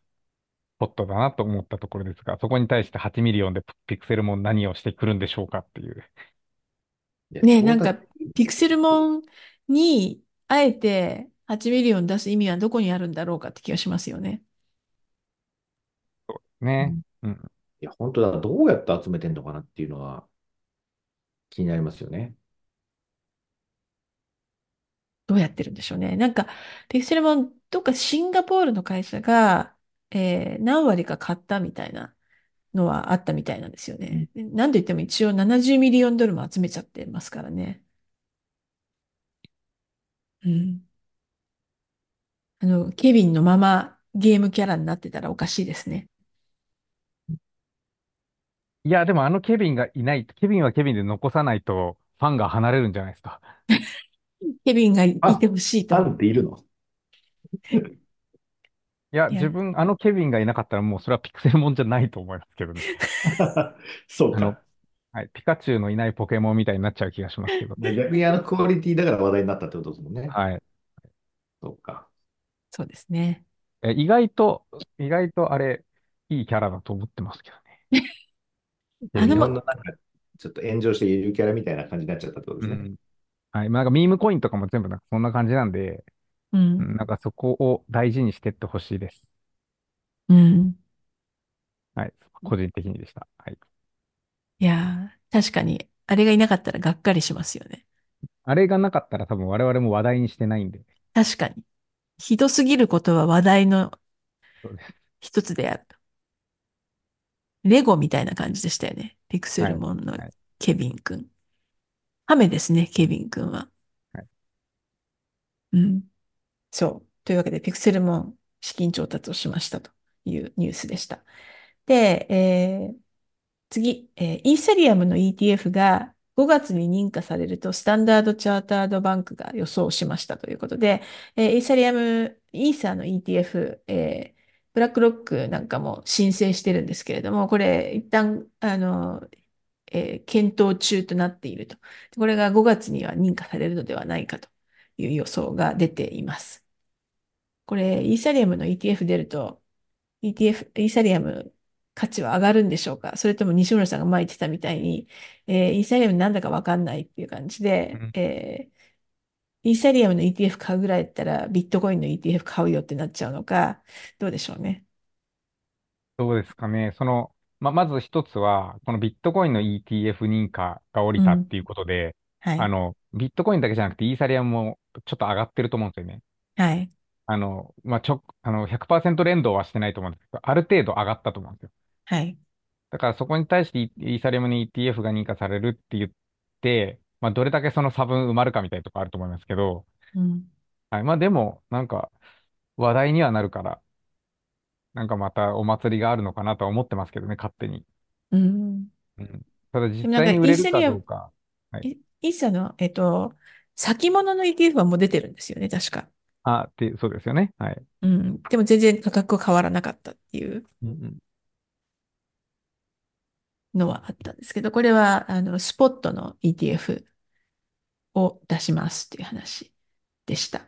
C: ホットだなと思ったところですが、そこに対して8ミリオンでピクセルモン何をしてくるんでしょうかっていう。
B: いや、
A: ねえ、
B: 調
A: なん
B: 達、
A: か、ピクセルモンに、あえて8ミリオン出す意味はどこにあるんだろうかって気がしますよね。う
C: ね。
A: ん
C: うん。
B: いや、本当だ、どうやって集めてんのかなっていうのは気になりますよね。
A: どうやってるんでしょうね。なんか、ピクセルモン、どっかシンガポールの会社が、えー何割か買ったみたいなのはあったみたいなんですよ
C: うん
A: ね。でなんといっても一応70ミリオンドルも集めちゃってますからね。うん。あの、ケビンのままゲームキャラになってたらおかしいですね。
C: いや、でもあのケビンがいない、ケビンはケビンで残さないと、ファンが離れるんじゃないですか。
A: ケビンがい
B: あ、
A: てほしい
B: あ
A: と。
B: んっている の
C: いや、
A: い
C: 自
A: や、
C: 分、あのケビンがいなかったらもうそれはピクセルモンじゃないと思いますけどね。
B: そう
C: あの、
B: か。
C: はい、ピカチュウのいないポケモンみたいになっちゃう気がしますけど。
B: 逆にあのクオリティだから話題になったってことですもんね。
C: はい。
B: そうか。
A: そうですね。
C: え、意外と、意外とあれ、いいキャラだと思ってますけどね。 ケ
A: あ
B: 日
A: の
C: ビン
A: も、
B: 本のなんか、ちょっと炎上してゆるキャラみたいな感じになっちゃったってことで
C: う
B: すね。
C: ん。はい。まあなんかミームコインとかも全部なんかそんな感じなんで、
A: う、
C: うんんなんかそこを大事にしてってほしいです。
A: うん。
C: はい。個人的にでした。はい。
A: いやー、確かに、あれがいなかったらがっかりしますよね。
C: あれがなかったら多分我々も話題にしてないんで。
A: 確かに。ひどすぎることは話題の
C: そうです
A: 一つであると。レゴみたいな感じでしたよね。ピクセ
C: は
A: ル
C: い。
A: モンの
C: はい。
A: ケビン君。ハメですね、ケビン君は。
C: はい
A: うん。そう。というわけで、ピクセルモン資金調達をしましたというニュースでした。で、えー次、えーイーサリアムの ETF が5月に認可されると、スタンダードチャータードバンクが予想しましたということで、えーイーサリアム、イーサの ETF、えーブラックロックなんかも申請してるんですけれども、これ一旦、あの、えー検討中となっていると。これが5月には認可されるのではないかという予想が出ています。これ、イーサリアムの ETF 出ると、ETF、イーサリアム価値は上がるんでしょうかそれとも西村さんが前言ってたみたいに、えーイーサリアムなんだかわかんないっていう感じ
C: う
A: で、
C: ん
A: えーイーサリアムの ETF 買うぐらいだったら、ビットコインの ETF 買うよってなっちゃうのか、どうでしょうね。
C: どうですかね。その、ま、まず一つは、このビットコインの ETF 認可が下
A: う
C: りたっ
A: ん。
C: ていうことで、
A: は
C: あ
A: い。
C: の、ビットコインだけじゃなくてイーサリアムもちょっと上がってると思うんですよね。
A: はい。
C: あの、まあ、ちょ、あの、100%連動はしてないと思うんですけど、ある程度上がったと思うんですよ。
A: はい。
C: だからそこに対してイイーサリアムに ETF が認可されるって言って、まあ、どれだけその差分埋まるかみたいなとこあると思いますけど、
A: うん。
C: はい、まあ、でも、なんか、話題にはなるから、なんかまたお祭りがあるのかなとは思ってますけどね、勝手に。
A: うん。
C: うん。ただ実
A: でもなんか、イ
C: 際に売
A: ー
C: れる
A: サ
C: か
A: リア
C: どう
A: ム、
C: か。はい
A: イイーサの、えっと、先物の ETF はもう出てるんですよね、確か。
C: あ、って、そうですよね。はい。
A: うん。でも全然価格は変わらなかったっていう
C: うんうん。
A: のはあったんですけど、これは、あの、スポットの ETF を出しますっていう話でした。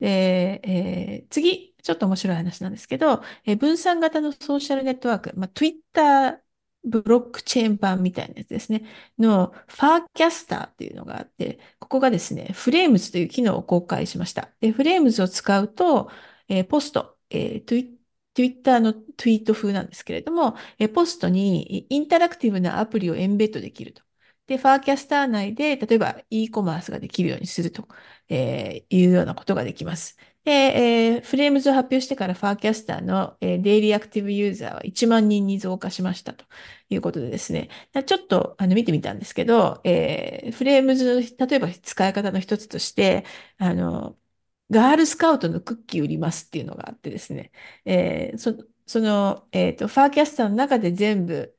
A: で、えー次、ちょっと面白い話なんですけど、えー分散型のソーシャルネットワーク、まあ、Twitter ブロックチェーン版みたいなやつですね、のファーキャスターっていうのがあって、ここがですね、フレームズという機能を公開しました。で、フレームズを使うと、えーポスト、えー、トゥイ Twitter のツイート風なんですけれども、えーポストにインタラクティブなアプリをエンベッドできると。で、ファーキャスター内で、例えば e コマースができるようにすると、えーいうようなことができます。で、えーフレームズを発表してからファーキャスターの、えーデイリーアクティブユーザーは1万人に増加しましたということでですね、ちょっとあの見てみたんですけど、えーフレームズの、例えば使い方の一つとして、あの、ガールスカウトのクッキー売りますっていうのがあってですね、えーそ、その、えっと、ファーキャスターの中で全部、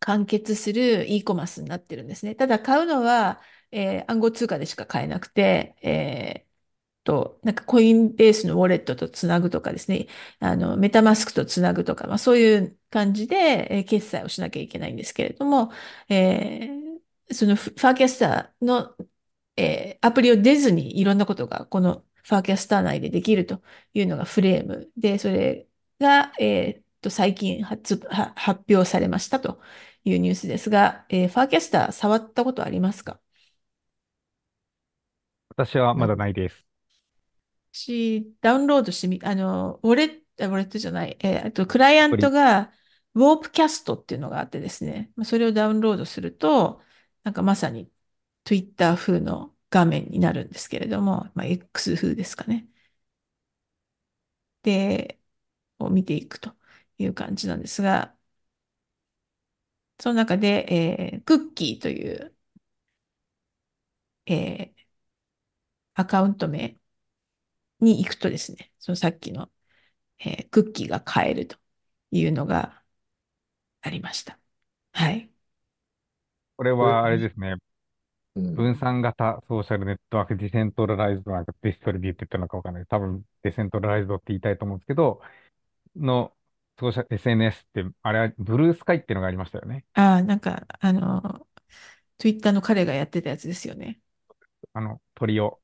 A: 完結する e コマースになってるんですね。ただ買うのは、えー暗号通貨でしか買えなくて、えーと、なんかコインベースのウォレットとつなぐとかですね、あの、メタマスクとつなぐとか、まあそういう感じで、えー決済をしなきゃいけないんですけれども、えーそのフファーキャスターの、えーアプリを出ずにいろんなことがこのファーキャスター内でできるというのがフレームで、それが、えーっと、最近発、は発表されましたというニュースですが、えーファーキャスター触ったことありますか
C: 私は
A: う
C: まだ
A: ん
C: ないです。
A: 私、ダウンロードしてみ、あの、ウォレット、あウォレットじゃない、えーあと、クライア
C: アプ
A: ント
C: リ
A: が、ウォープキャストっていうのがあってですね、まあそれをダウンロードすると、なんかまさに Twitter 風の画面になるんですけれども、まあ、X 風ですかね。で、を見ていくという感じなんですが、その中で、えークッキーという、えーアカウント名に行くとですね、そのさっきの、えークッキーが買えるというのがありました。はい。
C: これ
B: これ、
C: はあれですね。
B: うん。
C: 分散型ソーシャルネットワーク、ディセントラライズドなのか、ディストリビューテッドなのかわかんない。多分、ディセントラライズドって言いたいと思うんですけど、の、ソーシャル、SNS って、あれは、ブルースカイっていうのがありましたよね。
A: ああ、なんか、あの、Twitter の彼がやってたやつですよね。
C: あの、鳥を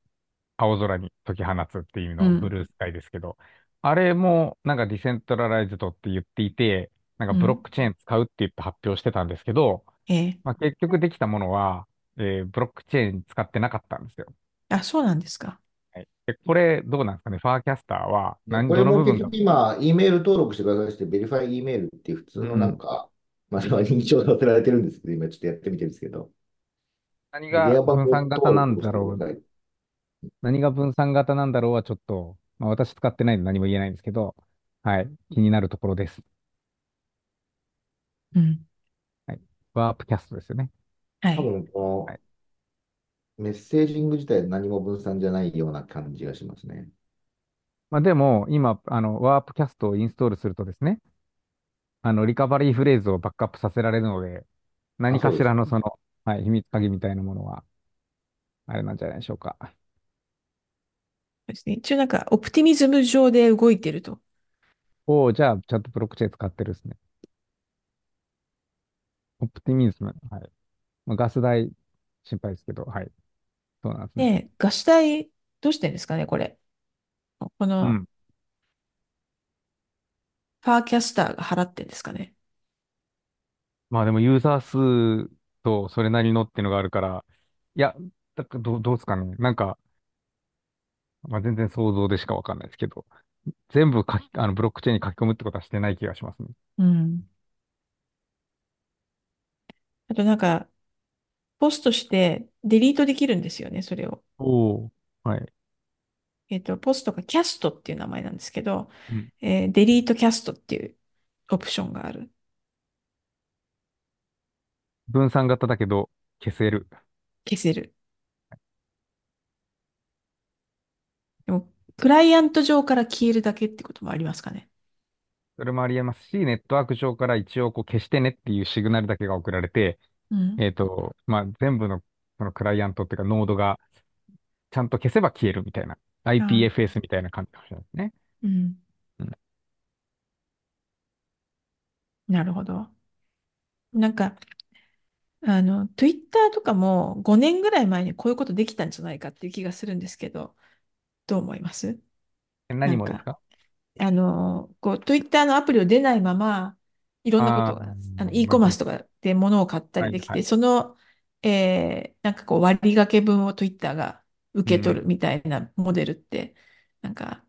C: 青空に解き放つっていう意味
A: う
C: のブ
A: ん、
C: ルースカイですけど、あれも、なんかディセントラライズドって言っていて、なんか
A: う
C: ブロッ
A: ん、
C: クチェーン使うって言って発表してたんですけど、
A: ええ。
C: まあ、結局できたものは、えーブロックチェーン使ってなかったんですよ。
A: あ、そうなんですか。
C: はいで、これ、どうなんですかね。ファーキャスターは、
B: で、
C: 何、
B: これ
C: どの
B: も
C: 部
B: 結
C: 分が、
B: 局今、E メール登録してくださいって、ベリファイ E メールっていう普通
C: う
B: のなん
C: ん。
B: か、まあ、それは認証させられてるんですけど、今ちょっとやってみてるんですけど、
C: 何
B: 電
C: が
B: 話番
C: 分
B: 号
C: 散型
B: 登
C: な
B: 録
C: ん
B: をし
C: だ
B: てください。
C: ろう。何が分散型なんだろうはちょっと、まあ、私使ってないんで何も言えないんですけど、はい、気になるところです。
A: うん。
C: はい。ワープキャストですよね。
A: は
B: 多
A: い。
B: 分、こ
C: はい。
B: のメッセージング自体何も分散じゃないような感じがしますね。
C: まあ、でも、今、あの、ワープキャストをインストールするとですね、あの、リカバリーフレーズをバックアップさせられるので、
B: あ、
C: 何
B: そ
C: か
B: う
C: し
B: です
C: らの
B: ね。
C: その、はい、秘密鍵みたいなものは、あれなんじゃないでしょうか。
A: ですね。一応なんか、オプティミズム上で動いてると。
C: おお、じゃあ、ちゃんとブロックチェーン使ってるですね。オプティミズム。はい。まあ、ガス代、心配ですけど、はい。そうなんですね。
A: ねえ、ガス代、どうしてんですかね、これ。こ
C: う
A: の、
C: ん。
A: ファーキャスターが払ってんですかね。
C: まあでも、ユーザー数とそれなりのっていうのがあるから、いや、だからどう、どうですかね。なんか、まあ、全然想像でしかわかんないですけど、全部書き、あの、ブロックチェーンに書き込むってことはしてない気がしますね。
A: うん。あとなんか、ポストしてデリートできるんですよね、それを。
C: おお。はい。
A: えっと、ポストがキャストっていう名前なんですけど、
C: うん。
A: えーデリートキャストっていうオプションがある。
C: 分散型だけど、消せる。
A: 消せる。でも、クライアント上から消えるだけってこともありますかね。
C: それもありえますし、ネットワーク上から一応こう消してねっていうシグナルだけが送られて、
A: うん。
C: えっと、まあ、全部の、そのクライアントっていうかノードがちゃんと消せば消えるみたいな。
A: ああ、
C: IPFS みたいな感じかもしれないですね。
A: うん。
C: うん。
A: なるほど。なんか、あの、Twitter とかも5年ぐらい前にこういうことできたんじゃないかっていう気がするんですけど、どう思います
C: え
A: な
C: 何
A: ん
C: もです
A: か、
C: か
A: あの、こう、Twitter のアプリを出ないまま、いろんなこ
C: あ
A: と
C: あ
A: が、あの、
C: ー、
A: e
C: な
A: コ
C: る
A: マー
C: ほ
A: ス
C: ど。
A: とかで物を買った
C: は
A: りで
C: い、
A: き
C: は
A: て、
C: い。
A: その、えーなんかこう、割り掛け分を Twitter が
C: う
A: 受け取
C: ん。
A: るみたいなモデルって、なんか、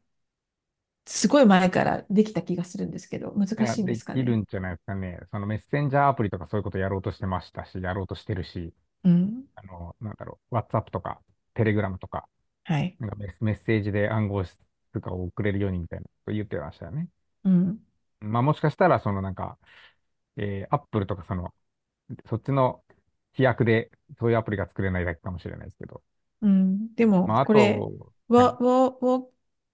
A: すごい前からできた気がするんですけど、
C: い
A: 難
C: や、
A: しいんで
C: です
A: か
C: きる
A: ね。
C: んじゃないですかね。そのメッセンジャーアプリとかそういうことやろうとしてましたし、やろうとしてるし、
A: うん。
C: あの、なんだろう、WhatsApp とか Telegram とか、
A: はい。
C: なんかメッメッセージで暗号とかを送れるようにみたいなこと言ってましたよね。
A: うん。
C: まあもしかしたら、そのなんか、えー、Apple とかその、そっちの規約でそういうアプリが作れないだけかもしれないですけど。
A: うん。でも、
C: まああ
A: これ、
C: と、は
A: わ、
C: い。
A: わ、わ、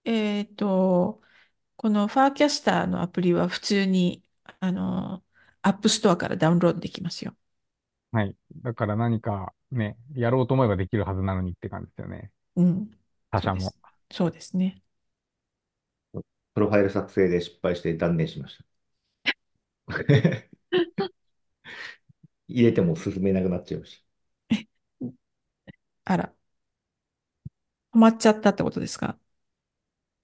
A: えっと、このファーキャスターのアプリは普通に、あの、アップストアからダウンロードできますよ。
C: はい。だから何かね、やろうと思えばできるはずなのにって感じですよね。
A: うん。
C: 他
A: そう
C: 社
A: で
C: も。
A: す。そうですね。
B: プロファイル作成で失敗して断念しました。入れても進めなくなっちゃいまし
A: あら、止まっちゃったってことですか
B: た。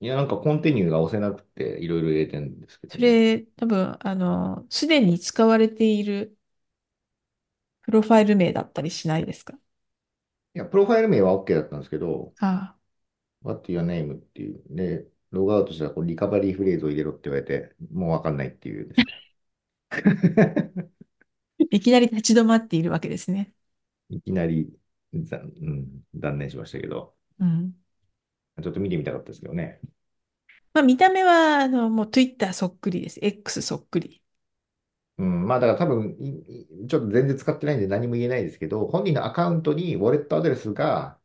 B: いや、なんかコンティニューが押せなくて、いろいろ入れてるんですけど
A: そ
B: ね。
A: れ、多分、あの、すでに使われているプロファイル名だったりしないですか
B: いや、プロファイル名は OK だったんですけど、
A: ああ、
B: What's your name? っていう。で、ログアウトしたらこうリカバリーフレーズを入れろって言われて、もうわかんないっていうですね。
A: いきなり立ち止まっているわけですね。
B: いきなり、ざうん、断念しましたけど、
A: うん。
B: ちょっと見てみたかったですけどね。
A: まあ、見た目は、あの、もう Twitter そっくりです。X そっくり。
B: うん、まあだから多分、いいちょっと全然使ってないんで何も言えないですけど、本人のアカウントにウォレットアドレスが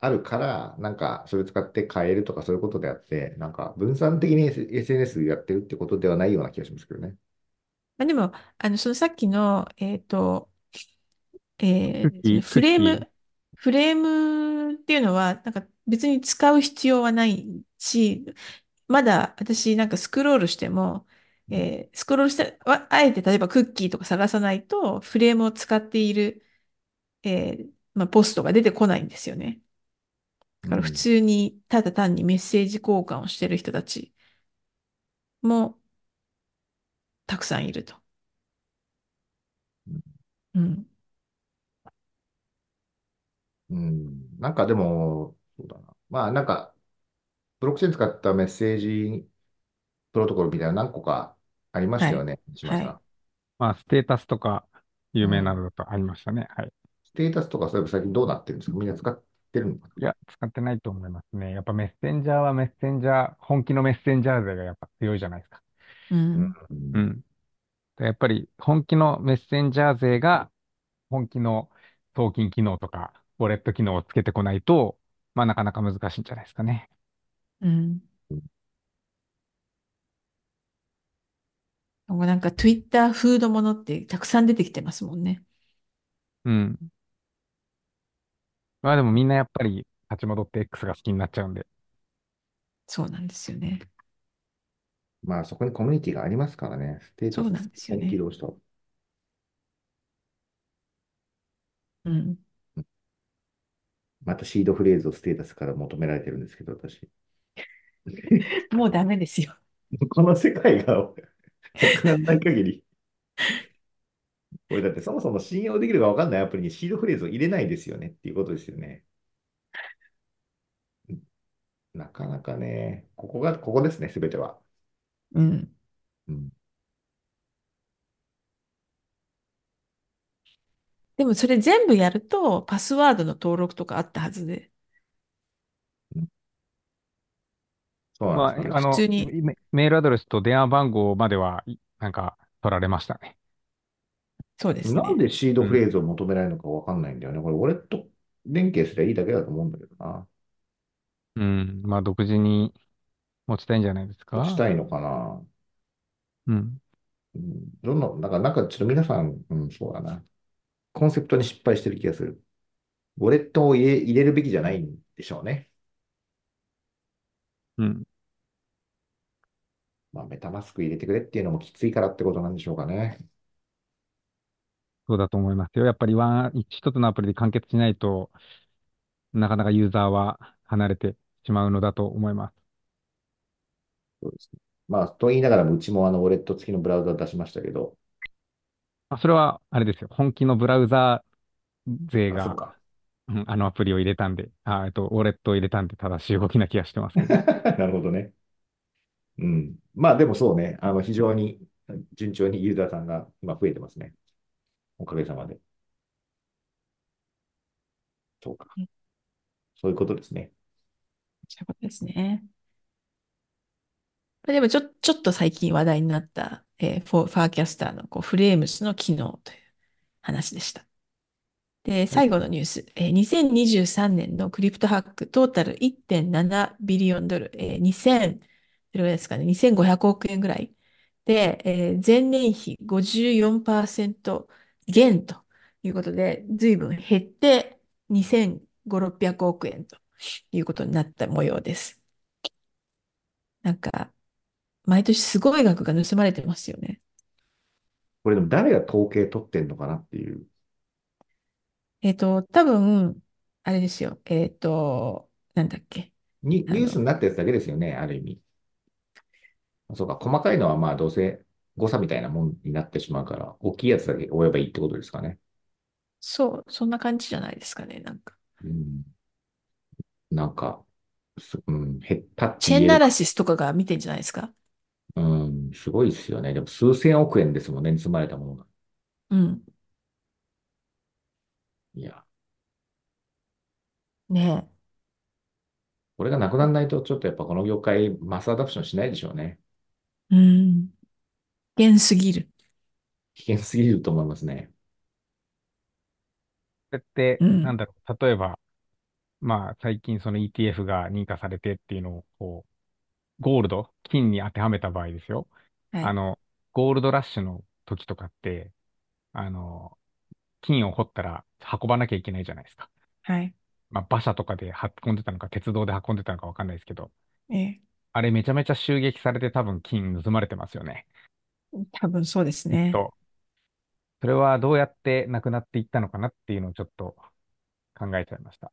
B: あるから、なんかそれ使って買えるとかそういうことであって、なんか分散的に S- SNS やってるってことではないような気がしますけどね。
A: まあ、でも、あの、そのさっきの、えっと、え
C: クッ
A: ー
C: キ
A: そのフ
C: ー、クッ
A: レー
C: キー。
A: ム、フレームっていうのは、なんか別に使う必要はないし、まだ私なんかスクロールしても、えースクロールしてああえて例えばクッキーとか探さないと、フレームを使っている、えーまあ、ポストが出てこないんですよね。だ
B: う
A: から普
B: ん。
A: 通にただ単にメッセージ交換をしてる人たちもたくさんいると。うん。
B: うん。なんかでも、そうだな。まあなんか、ブロックチェーン使ったメッセージプロトコルみたいな何個かありまし
A: は
B: たよ
A: い。
B: ね、島
A: は
B: さ
A: い。
B: ん。
C: まあ、ステータスとか、
A: う。
C: 有名なんのだとありましたね。はい。
B: ステータスとかそういえば最近どうなってるんですかみんな使ってるのかない
C: や、使ってないと思いますね。やっぱメッセンジャーはメッセンジャー、本気のメッセンジャー勢がやっぱ強いじゃないですか。
A: う
B: うん。
A: ん。
C: うん。でやっぱり本気のメッセンジャー勢が本気の送金機能とか、ウォレット機能をつけてこないと、まあなかなか難しいんじゃないですかね。
A: うん。もうなんか Twitter フードものってたくさん出てきてますもんね。
C: うん。まあでもみんなやっぱり立ち戻って X が好きになっちゃうんで。
A: そうなんですよね。
B: まあ、そこにコミュニティがありますからね。ステータ
A: そう
B: ス
A: なんですよ
B: に起
A: ね。
B: 動した。う
A: うん。
B: んまたシードフレーズをステータスから求められてるんですけど、私。
A: もうダメですよ。
B: この世界がなくならない限り、これだってそもそも信用できるか分かんないアプリにシードフレーズを入れないですよねっていうことですよね。なかなかね、ここが、ここですね、すべては。
A: うん。
B: うん
A: でもそれ全部やると、パスワードの登録とかあったはずで、
B: そうなん
C: ま
B: ですよ
C: あ、
B: ね。
A: 普
C: あの、
A: 通に、
C: メメールアドレスと電話番号までは、いなんか、取られましたね。
A: そうです
B: なん
A: ね。
B: でシード
C: う
B: フレ
C: ん。
B: ーズを求められるのか分かんないんだよね。これ、俺と連携すればいいだけだと思うんだけどな。
C: うん。まあ、独自に持ちたいんじゃないです
B: 落ちた
C: か。
B: いのかな。
C: うん。
B: うん、どんな、なんか、なんかちょっと皆さん、うん、そうだな。コンセプトに失敗してる気がする。ウォレットを入れ、入れるべきじゃないんでしょうね。
C: うん。
B: まあ、メタマスク入れてくれっていうのもきついからってことなんでしょうかね。
C: そうだと思いますよ。やっぱりワン、一つのアプリで完結しないと、なかなかユーザーは離れてしまうのだと思います。
B: そうですね。まあ、と言いながらも、うちもあの、ウォレット付きのブラウザ出しましたけど、
C: あ、それは、あれですよ。本気のブラウザー勢
B: あ、そう
C: が、
B: か。
C: うんあのアプリを入れたんで、あ、えっと、ウォレットを入れたんで正しい動きな気がしてますけど。
B: なるほどね。うん。まあ、でもそうね、あの、非常に順調にユーザーさんが今増えてますね。おかげさまで。そうか。
A: うん
B: そういうことですね。
A: そういうことですね。でもちょ、ちょっと最近話題になった、えーフォー、ファーキャスターのこうフレームスの機能という話でした。で、
B: はい
A: 最後のニュース、えー、2023年のクリプトハック、トータル1.7ビリオンドル、えー、2000、どれぐらいですかね、2500億円ぐらいで、えー前年比54%減ということで、随分減って2500、600億円ということになった模様です。なんか、毎年すごい額が盗まれてますよね。
B: これでも誰が統計取ってんのかなっていう。
A: えっと、多分、あれですよ。えっと、なんだっけ。
B: ニ、
A: あ
B: ニュース
A: の、
B: になったやつだけですよね、ある意味。そうか、細かいのはまあどうせ誤差みたいなもんになってしまうから、大きいやつだけ追えばいいってことですかね。
A: そう、そんな感じじゃないですかね。なんか、
B: うん、なんか、すうん、減ったって
A: チェー
B: 言
A: ン
B: え
A: ア
B: る。
A: ラシスとかが見てんじゃないですか。
B: うん、すごいですよね。でも数千億円ですもんね、積まれたものが。
A: うん。
B: いや、
A: ねえ。
B: これがなくならないと、ちょっとやっぱこの業界、マスアダプションしないでしょうね。
A: うん。危険すぎる。
B: 危険すぎると思いますね。
C: それって、
A: う
C: なん
A: ん。
C: だろう。例えば、まあ、最近その ETF が認可されてっていうのを、こう、ゴールド、金に当てはめた場合ですよ。
A: は
C: あ
A: い。
C: の、ゴールドラッシュの時とかって、あの、金を掘ったら運ばなきゃいけないじゃないですか。
A: はい。
C: まあ、馬車とかで運んでたのか、鉄道で運んでたのかわかんないですけど、
A: ええ。
C: あれめちゃめちゃ襲撃されて多分金盗まれてますよね。
A: 多分そうです
C: きっ
A: ね。
C: と。それはどうやってなくなっていったのかなっていうのをちょっと考えちゃいました。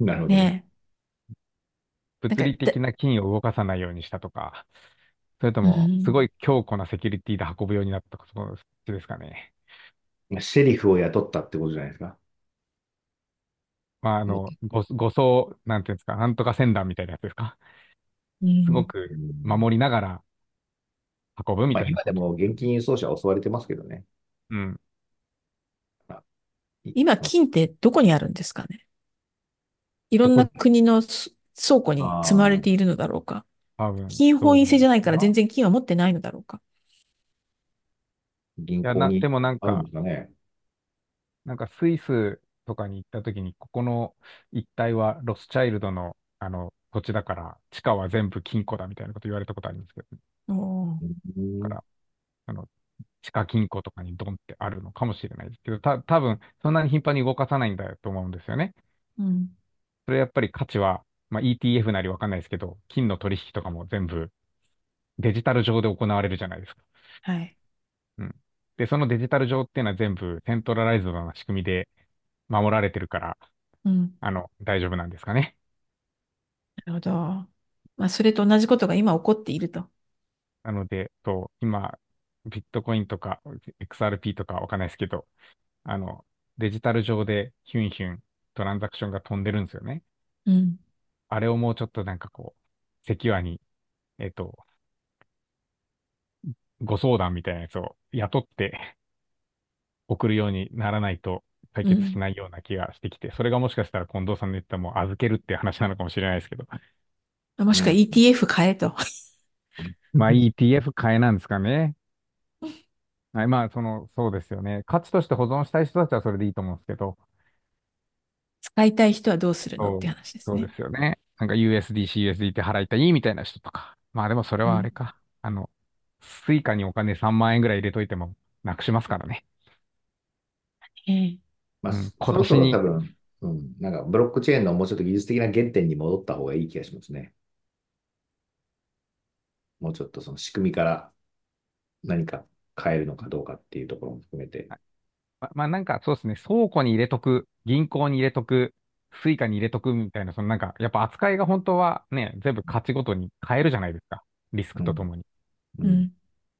B: なるほどね。
A: ねえ。なん
C: 物
A: か、
C: 理的
A: で、
C: な金を動かさないようにしたとか、それと
A: う
C: もすご
A: ん。
C: い強固なセキュリティで運ぶようになったとか、そのそっちですかね。
B: シェリフを雇ったってことじゃないですか。
C: まあ、あ
A: そう
C: の、ご、護送、なんていうんですか、なんとか船団みたいなやつですか。
A: う
C: すご
A: ん。
B: う
C: く
B: ん
C: 守りながら運ぶみ
B: まあ、
C: たいな
B: 今で
C: こ
B: も
C: と。
B: 現金輸送車は襲われてますけどね。
C: うん。
B: あい
A: 今、
B: あ
A: 金ってどこにあるんですかね。いろ
C: ど
A: んな
C: こに、
A: 国のす倉庫に積ま
B: あ
A: れ
B: あ、
A: ているのだろうか。
C: 多分、
A: 金
C: ど
A: 本
C: う
A: 位
C: なん
A: 制
C: で
A: じゃ
C: す
A: ないから全
C: か。
A: 然金は持ってないのだろうか。
B: 銀
C: いや、
B: 行
C: な、で
B: に
C: もなん
B: あるんで
C: か、
B: すかね。
C: なんかスイスとかに行った時に、ここの一帯はロスチャイルドの、あの、土地だから、地下は全部金庫だみたいなこと言われたことありますけどね、
A: おー
B: う
C: だか
B: ん
C: ら、あの、地下金庫とかにドンってあるのかもしれないですけど、た、多分そんなに頻繁に動かさないんだと思うんですよね。
A: うん。
C: それやっぱり価値は、まあ、ETF なりわかんないですけど、金の取引とかも全部デジタル上で行われるじゃないですか。
A: はい。
C: うんで、そのデジタル上っていうのは全部セントラライズドな仕組みで守られてるから、
A: うん。
C: あの、大丈夫なんですかね。
A: なるほど。まあ、それと同じことが今起こっていると。
C: なので、と、今、ビットコインとか XRP とかわかんないですけど、あの、デジタル上でヒュンヒュントランザクションが飛んでるんですよね。
A: うん。
C: あれをもうちょっとなんかこう、セキュアに、えっと、ご相談みたいなやつを雇って 送るようにならないと解
A: う
C: 決し
A: ん。
C: ないような気がしてきて、それがもしかしたら近藤さんの言ったもう預けるって話なのかもしれないですけど。
A: も
C: う
A: しくは
C: ん。
A: ETF 買えと。
C: まあ ETF 買えなんですかね。はい、まあ、その、そうですよね。価値として保存したい人たちはそれでいいと思うんですけど、
A: 使いたい人はどうするのっ
C: そ
A: て
C: う、
A: 話です
C: そうで
A: ね。
C: すよね。なんか USD、CUSD って払いたいみたいな人とか。まあでもそれ
A: う
C: はあれ
A: ん。
C: か。あの、スイカにお金3万円ぐらい入れといてもなくしますからね。
A: ええ
B: まあ、
C: うん、
B: そ
C: 今
B: そろそ
C: 年
B: ろ多
C: に。
B: 分、うん、なんかブロックチェーンのもうちょっと技術的な原点に戻った方がいい気がしますね。もうちょっとその仕組みから何か変えるのかどうかっていうところも含めて。
C: ま、まあなんかそうですね。倉庫に入れとく、銀行に入れとく、スイカに入れとくみたいな、そのなんか、やっぱ扱いが本当はね、全部価値ごとに変えるじゃないですか。リスク
B: う
C: と
B: ん、
C: ともに。
B: う、
A: うんん。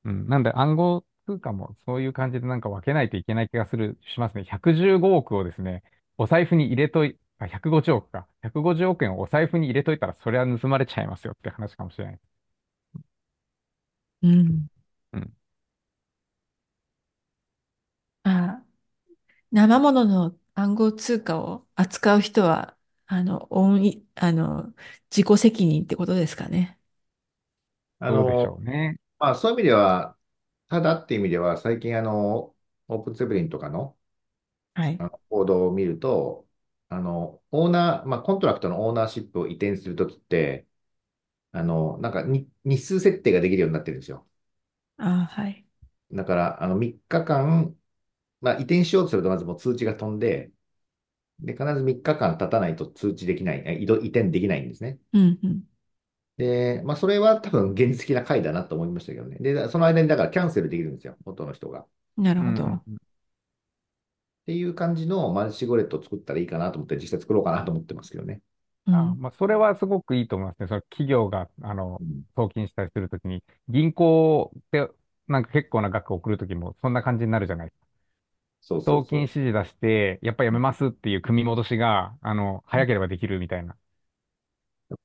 C: うん。なんで暗号通貨もそういう感じでなんか分けないといけない気がする、しますね。115億をですね、お財布に入れとい、あ、150億か。150億円をお財布に入れといたら、それは盗まれちゃいますよって話かもしれない。
A: うん。
C: うん。
A: まあ、生ものの暗号通貨を扱う人は、あの、オンイ、あの、自己責任ってことですかね。
B: あ
C: どうでし
B: の、
C: ょうね。
B: まあそういう意味では、ただっていう意味では、最近あの、オープンセブリンとかの、
A: はい。
B: あの報道を見ると、あの、オーナー、まあコントラクトのオーナーシップを移転するときって、あの、なんかに日数設定ができるようになってるんですよ。
A: あ、はい。
B: だから、あの、3日間、まあ、移転しようとすると、まずもう通知が飛んで、で、必ず3日間経たないと通知できない、え移動、移転できないんですね。
A: うんうん。
B: で、まあ、それは多分現実的な回だなと思いましたけどね。で、その間に、だからキャンセルできるんですよ、元の人が。っ
A: なる
C: う
A: ほ
C: んう
A: ど。
C: んうん。
B: ていう感じのマルチゴレットを作ったらいいかなと思って、実際作ろうかなと思ってますけどね。
A: う
C: あ、
A: ん。
C: まあ、それはすごくいいと思いますね。その企業が、あの、
B: うん。
C: 送金したりするときに、銀行ってなんか結構な額送るときも、そんな感じになるじゃないですか。
B: そうそう
C: 送金
B: そ
C: 指示出して、やっぱや
B: う。
C: めますっていう組み戻しが、あの、
B: う
C: 早
B: ん
C: ければできるみたいな。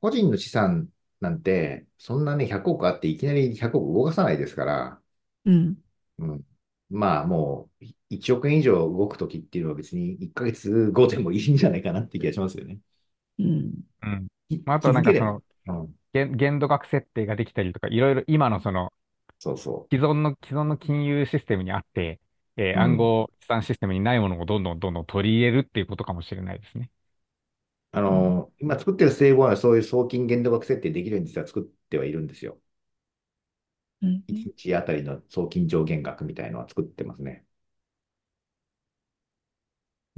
B: 個人の資産なんて、そんなね、100億あっていきなり100億動かさないですから、
A: うん。
B: うん。まあもう、1億円以上動くときっていうのは別に1ヶ月後でもいいんじゃないかなって気がしますよね。
A: うん。
C: うん。
B: き
C: まあ、あと
B: 気
C: はな
B: づ
C: ん
B: け
C: か
B: れ
C: そ
B: ば。
C: の、
B: うん。
C: 限限度額設定ができたりとか、いろいろ今のその、
B: そうそ
C: 既存の、既存の金融システムにあって、えー
A: う
C: 暗
A: ん。
C: 号資産システムにないものをどんどんどんどん取り入れるっていうことかもしれないですね。
B: う。あ
A: うん。
B: の、今作ってる整合はそういう送金限度額設定できるように実は作ってはいるんですよ。
A: うん
B: 1日あたりの送金上限額みたいのは作ってますね。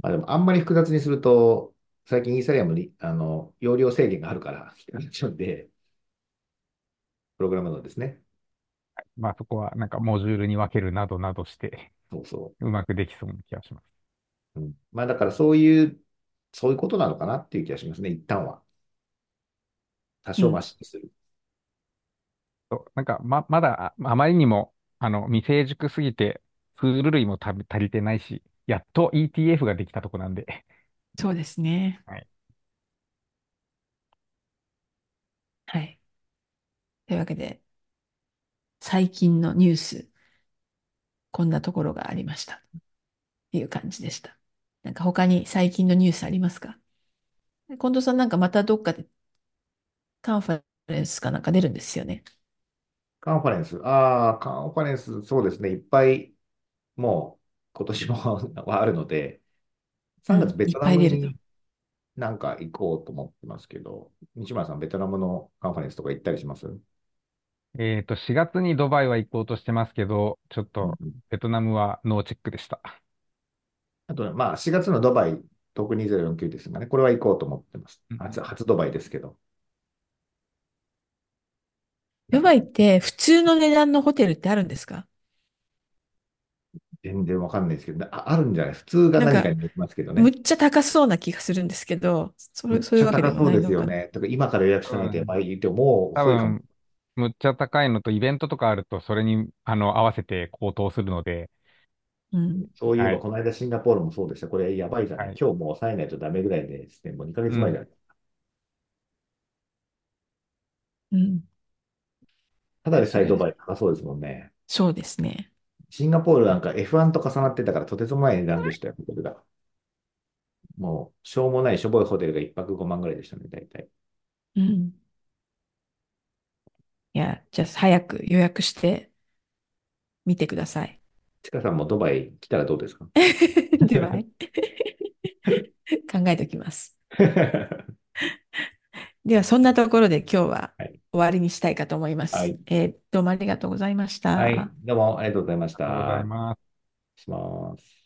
B: まあでもあんまり複雑にすると、最近イーサリアムに、あの、容量制限があるから、なんで、プログラムのですね。
C: まあ、そこはなんかモジュールに分けるなどなどして、
B: そうそう
C: まくできそうな気がします。
B: う。うん、まあだからそういう、そういうことなのかなっていう気がしますね、一旦は。多
A: う
B: 少マ
A: ん。
B: シにする。
C: そうなんか、ま、まだ、ああまりにも、あの、未成熟すぎて、ツール類もた足りてないし、やっと ETF ができたとこなんで。
A: そうですね。
C: はい。
A: はい。というわけで、最近のニュース、こんなところがありましたっていう感じでした。なんか他に最近のニュースありますか近藤さんなんかまたどっかでカンファレンスかなんか出るんですよね。
B: カンファレンス。ああ、カンファレンス、そうですね。いっぱい、もう、今年も はあるので、
A: う
B: 3月
A: ん。
B: ベ
A: いっ
B: トナ
A: ぱい
B: ム
A: 出ると。
B: になんか行こうと思ってますけど、西村さん、ベトナムのカンファレンスとか行ったりしますうん
C: えっと、4月にドバイは行こうとしてますけど、ちょっ
B: う
C: と、
B: ん
C: ベトナムはノーチェックでした。
B: あと、まあ、4月のドバイ、特2049ですがね、これは行こうと思ってます。
C: うんう
B: 初、
C: ん
B: 初ドバイですけど。
A: ドバイって普通の値段のホテルってあるんですか
B: 全然わかんないですけど、あ、あるんじゃない普通が
A: なん
B: 何か
A: か、
B: になりますけど
A: む
B: ね。
A: っちゃ高そうな気がするんですけど、そ
B: む
A: れ、
B: っ
A: そう
B: ち
A: いう
B: ゃ
A: わけで
B: 高
A: も
B: そう
A: ない
B: です
A: の
B: よ
A: かな。
B: ね。とか今から予約し
C: う
B: ないとや
C: ん
B: ばい言っても、
C: 多
B: 遅いかも。
C: 分、むっちゃ高いのと、イベントとかあると、それに、あの、合わせて高騰するので、
A: うん。
B: そういえ
C: は
B: ば、
C: い。
B: この間シンガポールもそうでした。これやばいじゃな。
C: はいい。
B: 今日もう抑えないとダメぐらいですね。もう2ヶ
C: う
B: 月前じゃ
C: ん。
B: ない。
A: うん。
B: ただでさ
A: そ
B: え
A: れ
B: ド
A: で、
B: バイ高そうですもんね。
A: そうですね。
B: シンガポールなんか F1 と重なってたからとてつもない値段でしたよ、ホテルが。もう、しょうもないしょぼいホテルが1泊5万ぐらいでしたね、大体。
A: うん。いや、じゃあ早く予約してみてくださ い。
B: ちかさんもドバイ来たらどうですか
A: では、 考えておきます。
B: は。
A: では、そんなところで今日はい終わりにしたいかと思いま
B: は
A: す。
B: い。
A: えーどうもありがとうございまし
B: はい。
A: た。
B: どうもありがとうございまし
C: ありがとうござい
B: た。
C: ます。
B: します。